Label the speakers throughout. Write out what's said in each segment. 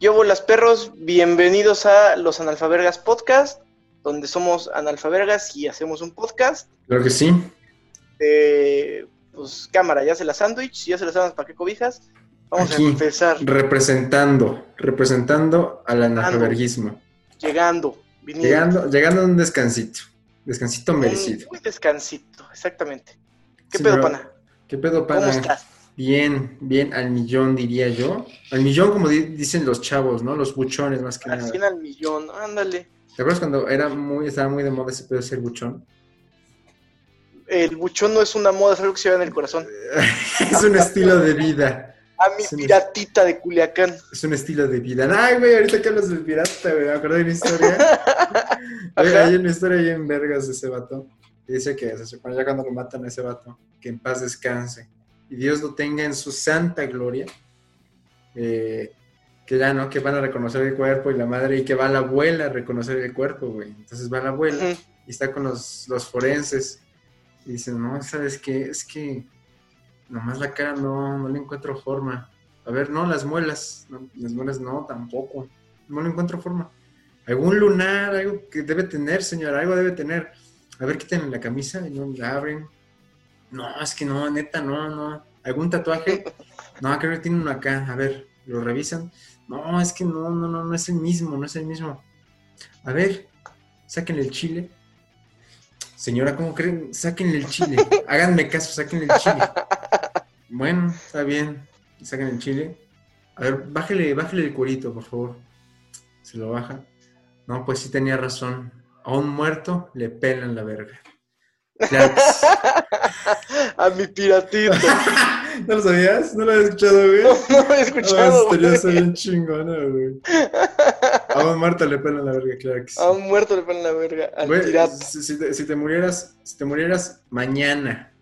Speaker 1: Yo, las perros, bienvenidos a los Analfabergas Podcast, donde somos analfabergas y hacemos un podcast.
Speaker 2: Claro que sí.
Speaker 1: Eh, pues cámara, ya se la sándwich, ya se las para qué cobijas. Vamos
Speaker 2: Aquí,
Speaker 1: a empezar
Speaker 2: Representando, representando al analfaberguismo.
Speaker 1: llegando, viniendo.
Speaker 2: Llegando, llegando a un descansito. Descansito
Speaker 1: Un-
Speaker 2: merecido.
Speaker 1: Un descansito, exactamente. ¿Qué
Speaker 2: Sí,
Speaker 1: pedo,
Speaker 2: pero-
Speaker 1: pana?
Speaker 2: ¿Qué pedo,
Speaker 1: ¿Cómo
Speaker 2: pana?
Speaker 1: estás?
Speaker 2: Bien, bien, al millón diría yo. Al millón, como di- dicen los chavos, ¿no? Los buchones más que
Speaker 1: Al
Speaker 2: nada.
Speaker 1: 100 al millón, ándale.
Speaker 2: ¿Te acuerdas cuando era muy, estaba muy de moda ese pedo de ser buchón?
Speaker 1: El buchón no es una moda, es algo que se lleva en el corazón.
Speaker 2: es un estilo de vida.
Speaker 1: A mi
Speaker 2: Sí.
Speaker 1: piratita de Culiacán.
Speaker 2: Es un estilo de vida. Ay, güey, ahorita que hablas del pirata, güey, me acordé de una historia. Güey,
Speaker 1: Ajá.
Speaker 2: hay una historia bien vergas de ese vato. que Dice que se supone ya cuando lo matan a ese vato, que en paz descanse. Y Dios lo tenga en su santa gloria. eh, que ya no, que van a reconocer el cuerpo y la madre, y que va la abuela a reconocer el cuerpo, güey. Entonces va la abuela
Speaker 1: Ujú.
Speaker 2: y está con los, los forenses. Y dicen, no, ¿sabes qué? Es que nomás la cara no, no le encuentro forma. A ver, no, las muelas. No, las muelas no, tampoco. No le encuentro forma. Algún lunar, algo que debe tener, señora, algo debe tener. A ver, quítenle la camisa y no la abren. No, es que no, neta, no, no. ¿Algún tatuaje? No, creo que tiene uno acá. A ver, lo revisan. No, es que no, no, no, no es el mismo, no es el mismo. A ver, sáquenle el chile. Señora, ¿cómo creen? Sáquenle el chile. Háganme caso, sáquenle el chile. Bueno, está bien. Sáquenle el chile. A ver, bájele, bájele el cuerito, por favor. Se lo baja. No, pues sí tenía razón. A un muerto le pelan la verga. Claro que sí.
Speaker 1: A mi piratita.
Speaker 2: ¿No lo sabías? ¿No lo había escuchado, güey?
Speaker 1: No lo he escuchado.
Speaker 2: Ah, estaría
Speaker 1: güey.
Speaker 2: esa bien chingona, güey. A un muerto le pelan la verga, claro que sí.
Speaker 1: A un muerto le ponen la verga. Al
Speaker 2: Güey,
Speaker 1: pirata.
Speaker 2: si, si te, si te murieras, si te murieras mañana,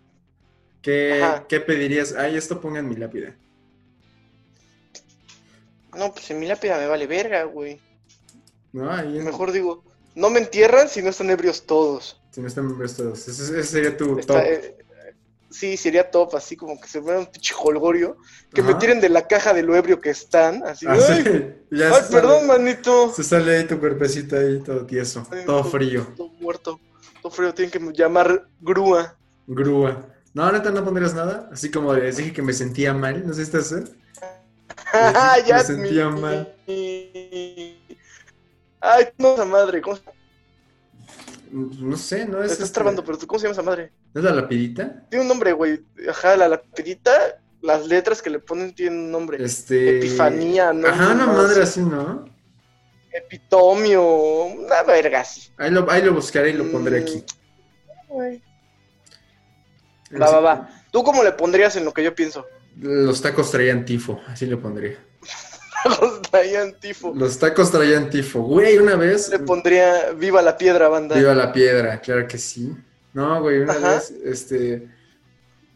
Speaker 2: ¿qué,
Speaker 1: Ajá.
Speaker 2: qué pedirías? Ay, esto ponga en mi lápida.
Speaker 1: No, pues en mi lápida me vale verga, güey.
Speaker 2: No, ahí en-
Speaker 1: Mejor digo, no me entierran si no están ebrios todos.
Speaker 2: si no están estos. Ese, ese sería tu
Speaker 1: Está,
Speaker 2: top.
Speaker 1: eh, sí, sería top, así como que se fuera un pinche jolgorio. Que me
Speaker 2: Ajá.
Speaker 1: tiren de la caja de lo ebrio que están. Así,
Speaker 2: Ah,
Speaker 1: ay,
Speaker 2: sí, ya
Speaker 1: ay,
Speaker 2: se sale-
Speaker 1: perdón, manito.
Speaker 2: Se sale ahí tu cuerpecito ahí todo tieso,
Speaker 1: Ay,
Speaker 2: todo
Speaker 1: todo-
Speaker 2: frío.
Speaker 1: Todo muerto. Todo frío, tienen que llamar grúa.
Speaker 2: Grúa. No, neta, no pondrías nada. Así como les dije que me sentía mal. No sé si estás. ¿eh?
Speaker 1: Ah,
Speaker 2: Me
Speaker 1: ya
Speaker 2: sentía
Speaker 1: mi-
Speaker 2: mal.
Speaker 1: Ay, no, esa madre. ¿Cómo se-
Speaker 2: No sé, no
Speaker 1: te
Speaker 2: Pues es.
Speaker 1: estás
Speaker 2: este,
Speaker 1: trabando? Pero tú, ¿cómo se llama esa madre?
Speaker 2: ¿No es la lapidita?
Speaker 1: Tiene un nombre, güey. Ajá, la lapidita, las letras que le ponen tienen un nombre.
Speaker 2: Este.
Speaker 1: Epifanía, ¿no?
Speaker 2: Ajá, una
Speaker 1: No,
Speaker 2: madre
Speaker 1: sí.
Speaker 2: así, ¿no?
Speaker 1: Epitomio, una verga así.
Speaker 2: Ahí lo, ahí lo buscaré y lo pondré
Speaker 1: Mm,
Speaker 2: aquí.
Speaker 1: güey. Va, va, va. ¿Tú cómo le pondrías en lo que yo pienso?
Speaker 2: Los tacos traían tifo, así lo pondría.
Speaker 1: Los traían tifo.
Speaker 2: Los tacos traían tifo. Güey, una vez.
Speaker 1: Le pondría viva la piedra, banda.
Speaker 2: Viva la piedra, claro que sí. No, güey, una
Speaker 1: Ajá.
Speaker 2: vez, este,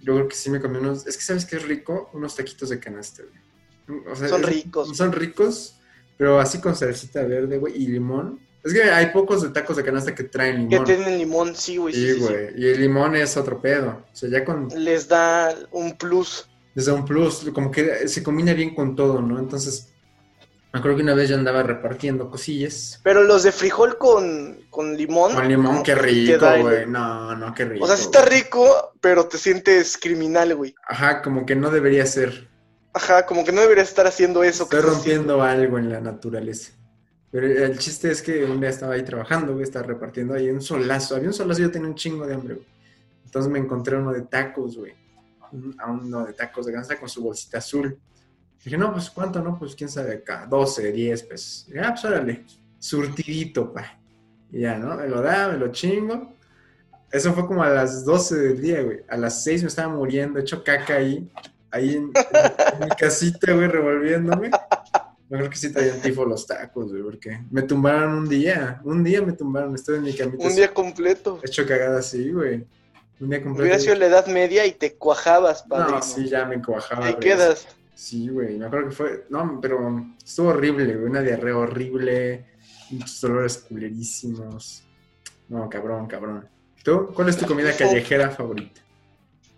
Speaker 2: yo creo que sí me comí unos, es que sabes que es rico, unos taquitos de canasta, güey. O sea,
Speaker 1: Son
Speaker 2: es-
Speaker 1: ricos.
Speaker 2: Son ricos, pero así con salsita verde, güey, y limón. Es que hay pocos de tacos de canasta que traen
Speaker 1: Que
Speaker 2: limón.
Speaker 1: tienen limón, sí, güey. sí,
Speaker 2: Sí,
Speaker 1: sí, sí.
Speaker 2: güey, y el limón es otro pedo. O sea, ya con,
Speaker 1: Les da un plus.
Speaker 2: les da un plus, como que se combina bien con todo, ¿no? Entonces, me acuerdo que una vez yo andaba repartiendo cosillas.
Speaker 1: Pero los de frijol con, con limón.
Speaker 2: Con limón,
Speaker 1: como
Speaker 2: qué
Speaker 1: que te
Speaker 2: rico,
Speaker 1: da el-
Speaker 2: güey. No, no, qué rico.
Speaker 1: O sea, sí está
Speaker 2: güey.
Speaker 1: rico, pero te sientes criminal, güey.
Speaker 2: Ajá, como que no debería ser.
Speaker 1: Ajá, como que no deberías estar haciendo eso.
Speaker 2: Estoy
Speaker 1: que estás
Speaker 2: rompiendo algo en la naturaleza. Pero el chiste es que un día estaba ahí trabajando, güey, estaba repartiendo ahí un solazo. Había un solazo, yo tenía un chingo de hambre, güey. Entonces me encontré uno de tacos, güey. Un- A uno de tacos de gansa con su bolsita azul. Dije, no, pues cuánto, no, pues quién sabe acá, 12, 10 pesos. Dije, ah, pues órale, surtidito, pa. Y ya, ¿no? Me lo da, me lo chingo. Eso fue como a las 12 del día, güey. A las 6 me estaba muriendo, hecho caca ahí, ahí en, en mi casita, güey, revolviéndome. Yo creo que sí traían tifo los tacos, güey, porque me tumbaron un día. Un día me tumbaron, estuve en mi camita.
Speaker 1: Un día completo.
Speaker 2: Hecho cagada así, güey. Un día completo.
Speaker 1: Hubiera sido la edad media y te cuajabas, padre.
Speaker 2: No, sí, ya me cuajaba.
Speaker 1: Ahí
Speaker 2: güey.
Speaker 1: quedas.
Speaker 2: Sí, güey. Me acuerdo que fue. No, pero estuvo horrible, güey. Una diarrea horrible. Muchos dolores culerísimos. No, cabrón, cabrón. ¿Tú? ¿Cuál es tu comida
Speaker 1: Tifo.
Speaker 2: callejera favorita?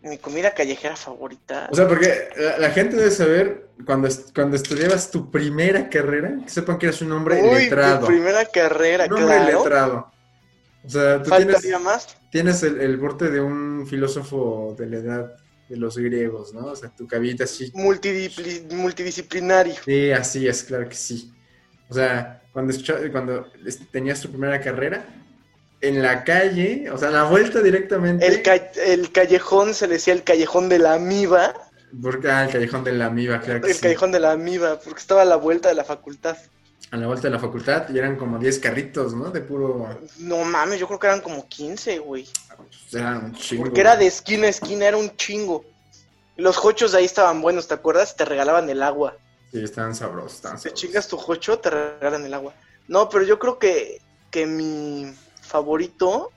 Speaker 1: Mi comida callejera favorita.
Speaker 2: O sea, porque la, la gente debe saber, cuando, est- cuando estudiabas tu primera carrera, que sepan que eras un hombre
Speaker 1: Uy,
Speaker 2: letrado.
Speaker 1: mi primera carrera,
Speaker 2: un hombre
Speaker 1: claro.
Speaker 2: letrado. O sea, tú
Speaker 1: Faltaría
Speaker 2: tienes,
Speaker 1: más.
Speaker 2: tienes el, el porte de un filósofo de la edad de los griegos, ¿no? O sea, tu cabita así.
Speaker 1: Multidipli- multidisciplinario.
Speaker 2: Sí, así es, claro que sí. O sea, cuando, escucha- cuando es- tenías tu primera carrera, en la calle, o sea, la vuelta directamente.
Speaker 1: El, ca- el callejón se le decía el callejón de la amiba.
Speaker 2: Porque, ah, el callejón de la amiba, claro que
Speaker 1: El
Speaker 2: sí.
Speaker 1: callejón de la amiba, porque estaba a la vuelta de la facultad.
Speaker 2: A la vuelta de la facultad y eran como 10 carritos, ¿no? De puro.
Speaker 1: No mames, yo creo que eran como 15, güey.
Speaker 2: pues, Era un chingo.
Speaker 1: Porque era de esquina a esquina, era un chingo. Y Los jochos de ahí estaban buenos, ¿te acuerdas? Te regalaban el agua.
Speaker 2: Sí, estaban sabrosos, estaban
Speaker 1: Te
Speaker 2: sabrosos.
Speaker 1: chingas tu jocho, te regalan el agua. No, pero yo creo que, que mi favorito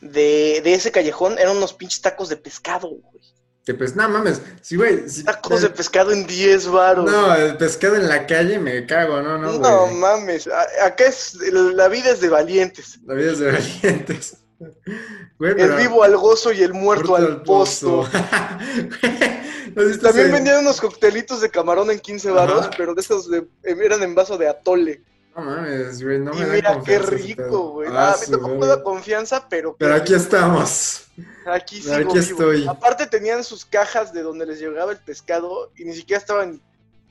Speaker 1: de, de ese callejón eran unos pinches tacos de pescado, güey.
Speaker 2: Que, pues, no mames. Sí, güey. sí,
Speaker 1: Tacos de
Speaker 2: el-
Speaker 1: pescado en 10 varos.
Speaker 2: No, el pescado en la calle me cago, no, no,
Speaker 1: No,
Speaker 2: güey.
Speaker 1: mames, a- acá es la vida es de valientes.
Speaker 2: la vida es de valientes. Güey,
Speaker 1: El vivo al gozo y el muerto, al posto.
Speaker 2: ¿No has visto
Speaker 1: Pues También
Speaker 2: ese-
Speaker 1: vendían unos coctelitos de camarón en 15 varos,
Speaker 2: Ajá.
Speaker 1: pero de esos de- em, eran en vaso de atole.
Speaker 2: No mames, güey, no
Speaker 1: y
Speaker 2: me da
Speaker 1: mira qué
Speaker 2: confianza ese pedo.
Speaker 1: rico, güey.
Speaker 2: Ah,
Speaker 1: Ah, me
Speaker 2: su
Speaker 1: tocó
Speaker 2: verga.
Speaker 1: toda confianza, pero qué
Speaker 2: Pero aquí
Speaker 1: rico.
Speaker 2: estamos.
Speaker 1: Aquí
Speaker 2: Pero
Speaker 1: sigo vivo.
Speaker 2: aquí estoy.
Speaker 1: Aparte tenían sus cajas de donde les llegaba el pescado y ni siquiera estaba en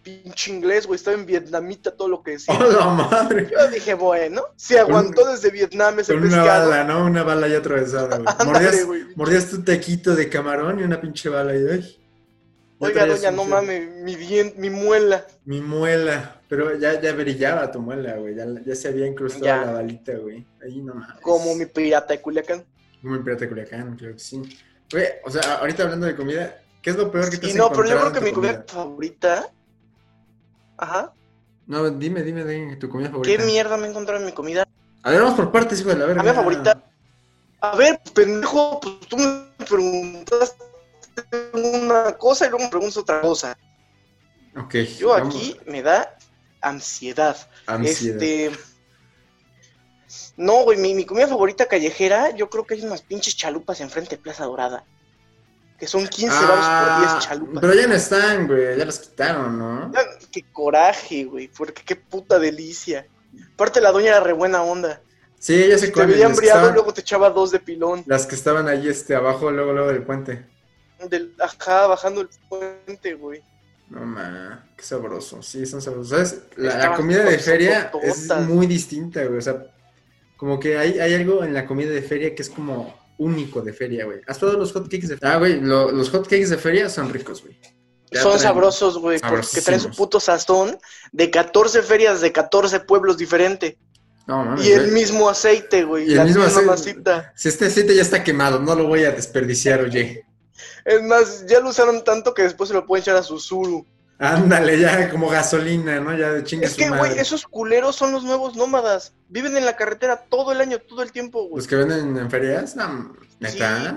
Speaker 1: pinche inglés, güey, estaba en vietnamita todo lo que decía.
Speaker 2: ¡Hola Oh, madre!
Speaker 1: Yo dije, bueno, se aguantó desde Vietnam ese
Speaker 2: Con una
Speaker 1: pescado.
Speaker 2: bala, ¿no? Una bala ya atravesada, güey.
Speaker 1: Ándale,
Speaker 2: Mordías,
Speaker 1: güey.
Speaker 2: mordías tu tequito de camarón y una pinche bala y ay, ya
Speaker 1: Oiga,
Speaker 2: traías
Speaker 1: doña,
Speaker 2: un
Speaker 1: no
Speaker 2: feo.
Speaker 1: mames, mi dien- mi muela.
Speaker 2: Mi muela. Pero ya, ya brillaba tu muela, güey. Ya, ya se había incrustado
Speaker 1: Ya.
Speaker 2: la balita, güey. Ahí no mames.
Speaker 1: Como mi pirata de Culiacán.
Speaker 2: Como el pirata de Culiacán, creo que sí. Güey, o sea, ahorita hablando de comida, ¿qué es lo peor que te
Speaker 1: Y
Speaker 2: has
Speaker 1: no, pero yo creo
Speaker 2: encontrado en
Speaker 1: que
Speaker 2: tu
Speaker 1: mi comida favorita. Ajá.
Speaker 2: No, dime, dime, dime tu comida
Speaker 1: ¿Qué
Speaker 2: favorita.
Speaker 1: mierda me encontraron en mi comida?
Speaker 2: A ver, vamos por partes, hijo de la verga.
Speaker 1: comida favorita. A ver, pendejo, pues tú me preguntaste una cosa y luego me preguntas otra cosa.
Speaker 2: Ok.
Speaker 1: Yo
Speaker 2: vamos.
Speaker 1: aquí me da ansiedad.
Speaker 2: Ansiedad.
Speaker 1: Este. No, güey, mi, mi comida favorita callejera, yo creo que hay unas pinches chalupas enfrente de Plaza Dorada. Que son 15
Speaker 2: Ah,
Speaker 1: varos por 10 chalupas.
Speaker 2: Pero ya no están, güey. Ya las quitaron, ¿no?
Speaker 1: Ah, Qué coraje, güey, porque qué puta delicia. Aparte la doña era re buena onda.
Speaker 2: Sí, ya se
Speaker 1: Te veía embriagado y
Speaker 2: estaban,
Speaker 1: luego te echaba dos de pilón.
Speaker 2: Las que estaban ahí este, abajo, luego, luego del puente.
Speaker 1: Del, ajá, bajando el puente, güey.
Speaker 2: No, ma, qué sabroso. Sí, son sabrosos. ¿Sabes? La, la
Speaker 1: Estaban
Speaker 2: comida de
Speaker 1: todas
Speaker 2: feria es
Speaker 1: sotototas.
Speaker 2: muy distinta, güey. O sea, como que hay, hay algo en la comida de feria que es como único de feria, güey. ¿Has probado los hotcakes de feria? Ah, güey, lo- los hotcakes de feria son ricos, güey. Ya
Speaker 1: Son
Speaker 2: traen-
Speaker 1: sabrosos, güey, porque traen su
Speaker 2: Sabrosísimos.
Speaker 1: puto sazón de 14 ferias de 14 pueblos diferentes.
Speaker 2: No, mames,
Speaker 1: Y el
Speaker 2: Ah, güey.
Speaker 1: mismo aceite, güey.
Speaker 2: Y el
Speaker 1: la
Speaker 2: mismo
Speaker 1: misma
Speaker 2: aceite.
Speaker 1: masita.
Speaker 2: Si este aceite ya está quemado, no lo voy a desperdiciar, oye.
Speaker 1: Es más, ya lo usaron tanto que después se lo pueden echar a su suru.
Speaker 2: Ándale, ya como gasolina, ¿no? Ya de chingue
Speaker 1: Es
Speaker 2: su
Speaker 1: que,
Speaker 2: madre.
Speaker 1: güey, esos culeros son los nuevos nómadas. Viven en la carretera todo el año, todo el tiempo, güey.
Speaker 2: Los que venden en ferias, no, neta.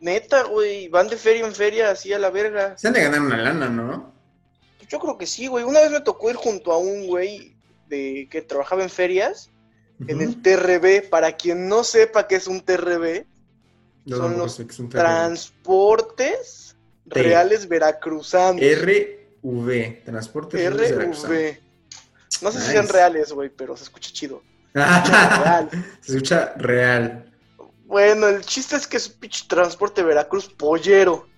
Speaker 1: Neta, güey. Van de feria en feria, así a la verga.
Speaker 2: Se han de ganar una lana, ¿no?
Speaker 1: Pues Yo creo que sí, güey. Una vez me tocó ir junto a un güey de que trabajaba en ferias, en el TRB. Para quien no sepa qué es un TRB,
Speaker 2: Ujú.
Speaker 1: son
Speaker 2: Los
Speaker 1: los
Speaker 2: hotcakes son terribles.
Speaker 1: Transportes
Speaker 2: T.
Speaker 1: Reales Veracruzanos.
Speaker 2: RV, Transporte
Speaker 1: RV. No sé si
Speaker 2: Nice.
Speaker 1: sean reales, güey, pero se escucha chido.
Speaker 2: Real.
Speaker 1: Real.
Speaker 2: Se escucha real.
Speaker 1: Bueno, el chiste es que es un pinche transporte de Veracruz pollero.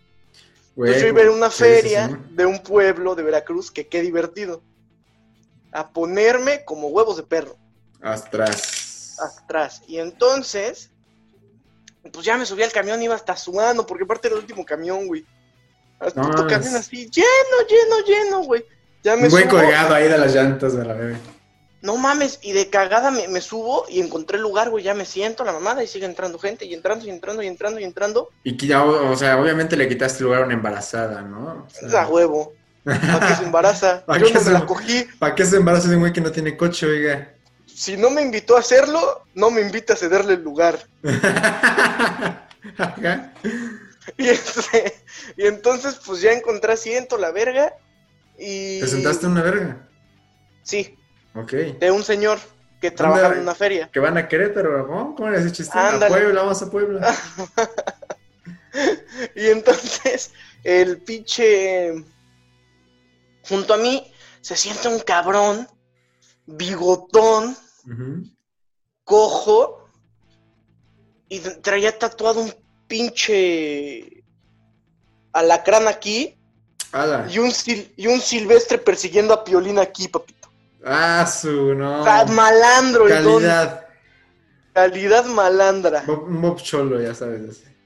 Speaker 2: güey.
Speaker 1: Entonces yo iba en una
Speaker 2: Sí, sí,
Speaker 1: feria
Speaker 2: sí.
Speaker 1: de un pueblo de Veracruz que qué divertido. A ponerme como huevos de perro
Speaker 2: Astras.
Speaker 1: atrás. Y entonces, pues ya me subí al camión, iba hasta Suano, porque aparte era el último camión, güey. Hasta
Speaker 2: No
Speaker 1: puto
Speaker 2: mames.
Speaker 1: camión así, lleno, lleno, lleno, güey. Ya me
Speaker 2: Un güey
Speaker 1: subo.
Speaker 2: colgado ahí de las llantas de la bebé.
Speaker 1: No mames, y de cagada me, me subo y encontré el lugar, güey, ya me siento la mamada y sigue entrando gente y entrando y entrando y entrando y entrando.
Speaker 2: Y que ya, o o sea, obviamente le quitaste lugar a una embarazada, ¿no? O sea,
Speaker 1: Es a huevo, para que se embaraza.
Speaker 2: Pa'
Speaker 1: Yo
Speaker 2: que
Speaker 1: no
Speaker 2: se-
Speaker 1: me la cogí.
Speaker 2: ¿Para qué se embaraza de un güey que no tiene coche, oiga?
Speaker 1: Si no me invitó a hacerlo, no me invita a cederle el lugar.
Speaker 2: Ajá.
Speaker 1: Y, este- y entonces, pues ya encontré asiento, la verga. Y...
Speaker 2: ¿Te sentaste en una verga?
Speaker 1: Sí,
Speaker 2: Ok.
Speaker 1: de un señor que trabajaba en una feria.
Speaker 2: Que van a Querétaro, ¿no? ¿Cómo era ese chiste? A
Speaker 1: Ándale.
Speaker 2: Puebla, vamos a Puebla.
Speaker 1: Y entonces el pinche... Junto a mí se siente un cabrón, bigotón,
Speaker 2: Ujú.
Speaker 1: cojo, y traía tatuado un pinche alacrán aquí
Speaker 2: Ala.
Speaker 1: y un, sil- y un silvestre persiguiendo a Piolín aquí, papito.
Speaker 2: Ah, su, no.
Speaker 1: O sea, malandro, el don.
Speaker 2: Calidad.
Speaker 1: Calidad malandra.
Speaker 2: Bob, un Bob Cholo, ya sabes. ese.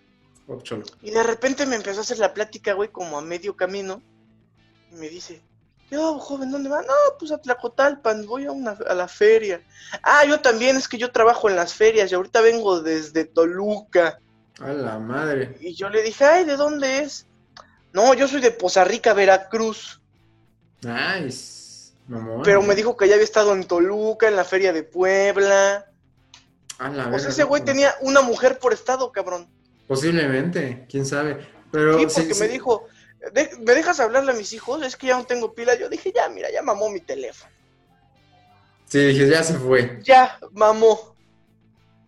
Speaker 2: Bob Cholo.
Speaker 1: Y de repente me empezó a hacer la plática, güey, como a medio camino. Y me dice, yo, joven, ¿dónde va? No, pues a Tlacotalpan, voy a, una, a la feria. Ah, yo también, es que yo trabajo en las ferias y ahorita vengo desde Toluca.
Speaker 2: A la madre.
Speaker 1: Y yo le dije, ay, ¿de dónde es? No, yo soy de Poza Rica, Veracruz.
Speaker 2: Nice. Mamón.
Speaker 1: Pero me dijo que ya había estado en Toluca, en la feria de Puebla.
Speaker 2: A la
Speaker 1: O
Speaker 2: verga,
Speaker 1: sea, ese güey
Speaker 2: no.
Speaker 1: tenía una mujer por estado, cabrón.
Speaker 2: Posiblemente, quién sabe. Pero
Speaker 1: sí, porque me dijo, "De- ¿me dejas hablarle a mis hijos? Es que ya no tengo pila. Yo dije, ya, mira, ya mamó mi teléfono.
Speaker 2: Sí, dije, ya se fue.
Speaker 1: Ya mamó.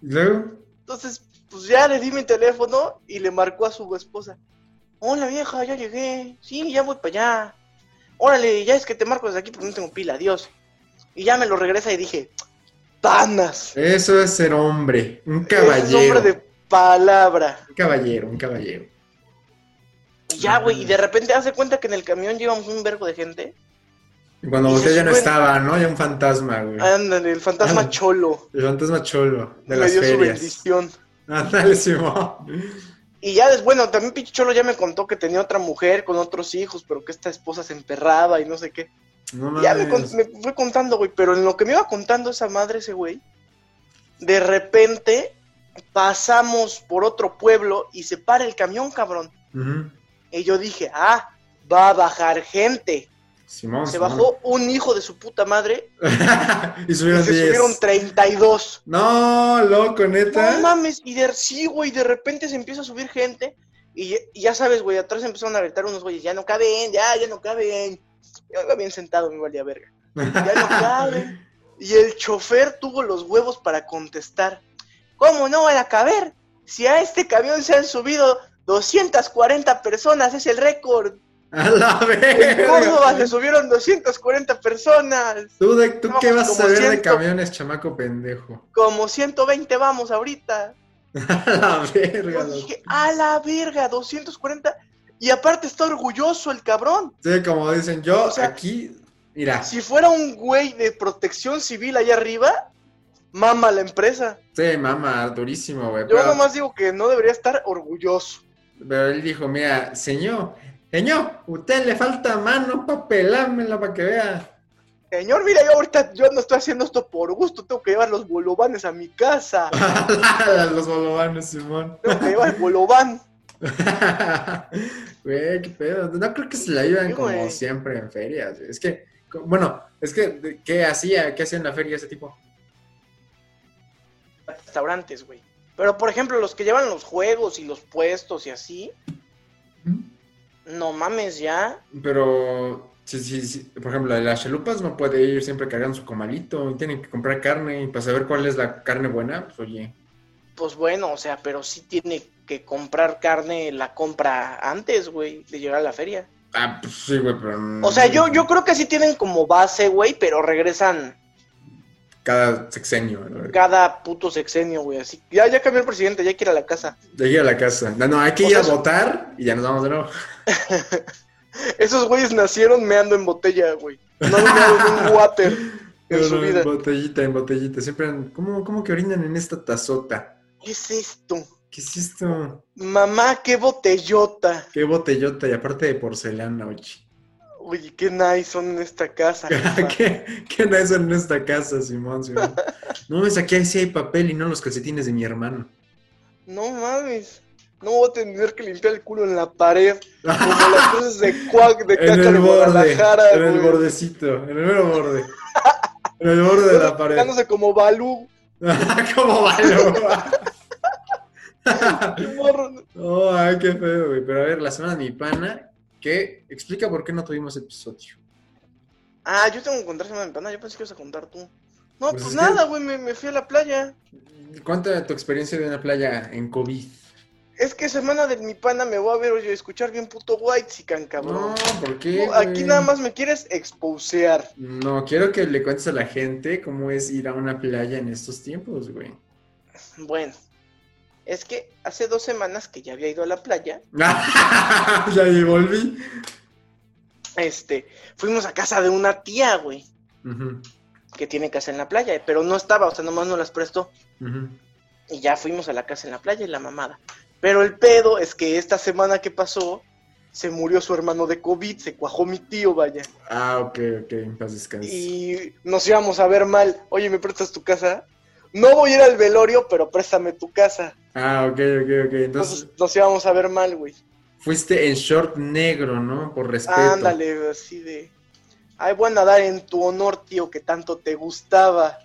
Speaker 2: ¿Y luego?
Speaker 1: Entonces, pues ya le di mi teléfono y le marcó a su esposa. Hola vieja, ya llegué. Sí, ya voy para allá. Órale, ya es que te marco desde aquí porque no tengo pila, adiós. Y ya me lo regresa y dije, panas.
Speaker 2: Eso es ser hombre. Un
Speaker 1: Es un
Speaker 2: caballero.
Speaker 1: hombre de palabra.
Speaker 2: Un caballero, un caballero.
Speaker 1: Y ya, güey, y de repente hace cuenta que en el camión llevamos un vergo de gente.
Speaker 2: Y cuando
Speaker 1: Y
Speaker 2: usted
Speaker 1: se
Speaker 2: ya no
Speaker 1: sube-
Speaker 2: estaba, ¿no? Ya un fantasma, güey.
Speaker 1: Ándale, el fantasma
Speaker 2: Ah.
Speaker 1: cholo.
Speaker 2: El fantasma cholo de
Speaker 1: me
Speaker 2: las
Speaker 1: dio su
Speaker 2: ferias.
Speaker 1: bendición.
Speaker 2: Ándale, Simón.
Speaker 1: Y ya, des- bueno, también Pinche Cholo ya me contó que tenía otra mujer con otros hijos, pero que esta esposa se emperraba y no sé qué.
Speaker 2: No
Speaker 1: Y ya me,
Speaker 2: mames.
Speaker 1: con- me fue contando, güey, pero en lo que me iba contando esa madre, ese güey, de repente pasamos por otro pueblo y se para el camión, cabrón.
Speaker 2: Ujú.
Speaker 1: Y yo dije, ah, va a bajar gente.
Speaker 2: Simón.
Speaker 1: Se
Speaker 2: Simón.
Speaker 1: bajó un hijo de su puta madre
Speaker 2: y
Speaker 1: y
Speaker 2: subieron
Speaker 1: se
Speaker 2: 10.
Speaker 1: subieron 32.
Speaker 2: No, loco, neta.
Speaker 1: No mames, y de sí, güey, de repente se empieza a subir gente. Y, y ya sabes, güey, atrás empezaron a gritar unos güeyes, ya no caben, ya, ya no caben. Yo iba bien sentado, me valía verga. Ya no cabe. Y el chofer tuvo los huevos para contestar. ¿Cómo no van a caber? Si a este camión se han subido 240 personas, es el récord.
Speaker 2: A la
Speaker 1: En Córdoba se
Speaker 2: verga.
Speaker 1: subieron 240 personas.
Speaker 2: ¿Tú, de- tú
Speaker 1: No,
Speaker 2: qué vas a
Speaker 1: como
Speaker 2: saber de
Speaker 1: siento-
Speaker 2: camiones, chamaco pendejo?
Speaker 1: Como 120 vamos ahorita.
Speaker 2: A la verga.
Speaker 1: Yo
Speaker 2: loco.
Speaker 1: dije, a la verga, 240. Y aparte está orgulloso el cabrón.
Speaker 2: Sí, como dicen, yo
Speaker 1: O sea,
Speaker 2: aquí, mira, sí,
Speaker 1: Si fuera un güey de protección civil allá arriba, mama la empresa.
Speaker 2: mamá, durísimo, güey.
Speaker 1: Yo
Speaker 2: Pero,
Speaker 1: nomás digo que no debería estar orgulloso.
Speaker 2: pero él dijo, mira, señor, señor, usted le falta mano para pelármela para que vea.
Speaker 1: Señor, mira, yo ahorita yo no estoy haciendo esto por gusto. Tengo que llevar los bolovanes a mi casa.
Speaker 2: Los bolovanos, Simón.
Speaker 1: Tengo que llevar el bolobán.
Speaker 2: Güey, qué pedo. No creo que se la ayudan
Speaker 1: Sí,
Speaker 2: como
Speaker 1: güey.
Speaker 2: siempre en ferias. güey. Es que, co- bueno, es que, de- ¿qué hacía? ¿Qué hacía en la feria ese tipo?
Speaker 1: Restaurantes, güey. Pero, por ejemplo, los que llevan los juegos y los puestos y así, no mames ya.
Speaker 2: Pero, sí, sí, sí. por ejemplo, las chalupas no puede ir siempre cargan su comalito y tienen que comprar carne y para saber cuál es la carne buena, pues oye.
Speaker 1: Pues bueno, o sea, pero sí tiene que comprar carne, la compra antes, güey, de llegar a la feria.
Speaker 2: Ah, pues sí, güey, pero. no-
Speaker 1: O sea, yo, yo creo que sí tienen como base, güey, pero regresan
Speaker 2: Cada sexenio, ¿no?
Speaker 1: cada puto sexenio, güey. Así ya, ya cambió el presidente, ya quiere a la casa.
Speaker 2: De ir a la casa. No, no, hay que
Speaker 1: O
Speaker 2: ir a
Speaker 1: sea,
Speaker 2: votar y ya nos vamos de nuevo.
Speaker 1: Esos güeyes nacieron meando en botella, güey. No han meado en un water en
Speaker 2: No,
Speaker 1: su
Speaker 2: no,
Speaker 1: vida.
Speaker 2: En botellita, en botellita. Siempre, en- ¿cómo, cómo que orinan en esta tazota?
Speaker 1: ¿Qué es esto?
Speaker 2: ¿Qué es esto?
Speaker 1: Mamá, qué botellota.
Speaker 2: Qué botellota y aparte de porcelana, oye.
Speaker 1: Oye, qué nice son en esta casa. jefa.
Speaker 2: ¿Qué, qué no es en esta casa, Simón? Simón? No, es aquí ahí sí hay papel y no los calcetines de mi hermano.
Speaker 1: No mames. No voy a tener que limpiar el culo en la pared. Como las cosas de cuac de
Speaker 2: en
Speaker 1: caca
Speaker 2: el
Speaker 1: de
Speaker 2: borde,
Speaker 1: Guadalajara,
Speaker 2: en el
Speaker 1: güey.
Speaker 2: bordecito, en el mero borde. En el borde de la pared.
Speaker 1: Dándose como Balú.
Speaker 2: ¿Cómo va?
Speaker 1: un morro.
Speaker 2: Oh, ay, qué feo, güey. Pero a ver, la semana de mi pana, que explica por qué no tuvimos episodio.
Speaker 1: Ah, yo tengo que contar semana de pana, yo pensé que ibas a contar tú. No,
Speaker 2: Pues
Speaker 1: pues,
Speaker 2: es que-
Speaker 1: nada, güey, me, me fui a la playa.
Speaker 2: Cuenta tu experiencia de una playa en COVID.
Speaker 1: Es que semana de mi pana me voy a ver oye, escuchar bien puto white sican,
Speaker 2: No,
Speaker 1: cabrón.
Speaker 2: ¿por qué?
Speaker 1: Tú aquí
Speaker 2: güey?
Speaker 1: nada más me quieres exposear.
Speaker 2: No, quiero que le cuentes a la gente cómo es ir a una playa en estos tiempos, güey.
Speaker 1: Bueno, es que hace dos semanas que ya había ido a la playa,
Speaker 2: ya me volví.
Speaker 1: este, fuimos a casa de una tía, güey,
Speaker 2: Ujú,
Speaker 1: que tiene casa en la playa, pero no estaba, o sea, nomás nos las prestó.
Speaker 2: ujú.
Speaker 1: Y ya fuimos a la casa en la playa y la mamada. Pero el pedo es que esta semana que pasó, se murió su hermano de COVID, se cuajó mi tío, vaya.
Speaker 2: Ah, ok, ok, en paz descanse.
Speaker 1: Y nos íbamos a ver mal. Oye, ¿me prestas tu casa? No voy a ir al velorio, pero préstame tu casa.
Speaker 2: Ah, ok, ok, ok. Entonces,
Speaker 1: Entonces nos íbamos a ver mal, güey.
Speaker 2: fuiste en short negro, ¿no? Por respeto.
Speaker 1: Ándale, así de. Ay, voy a nadar en tu honor, tío, que tanto te gustaba.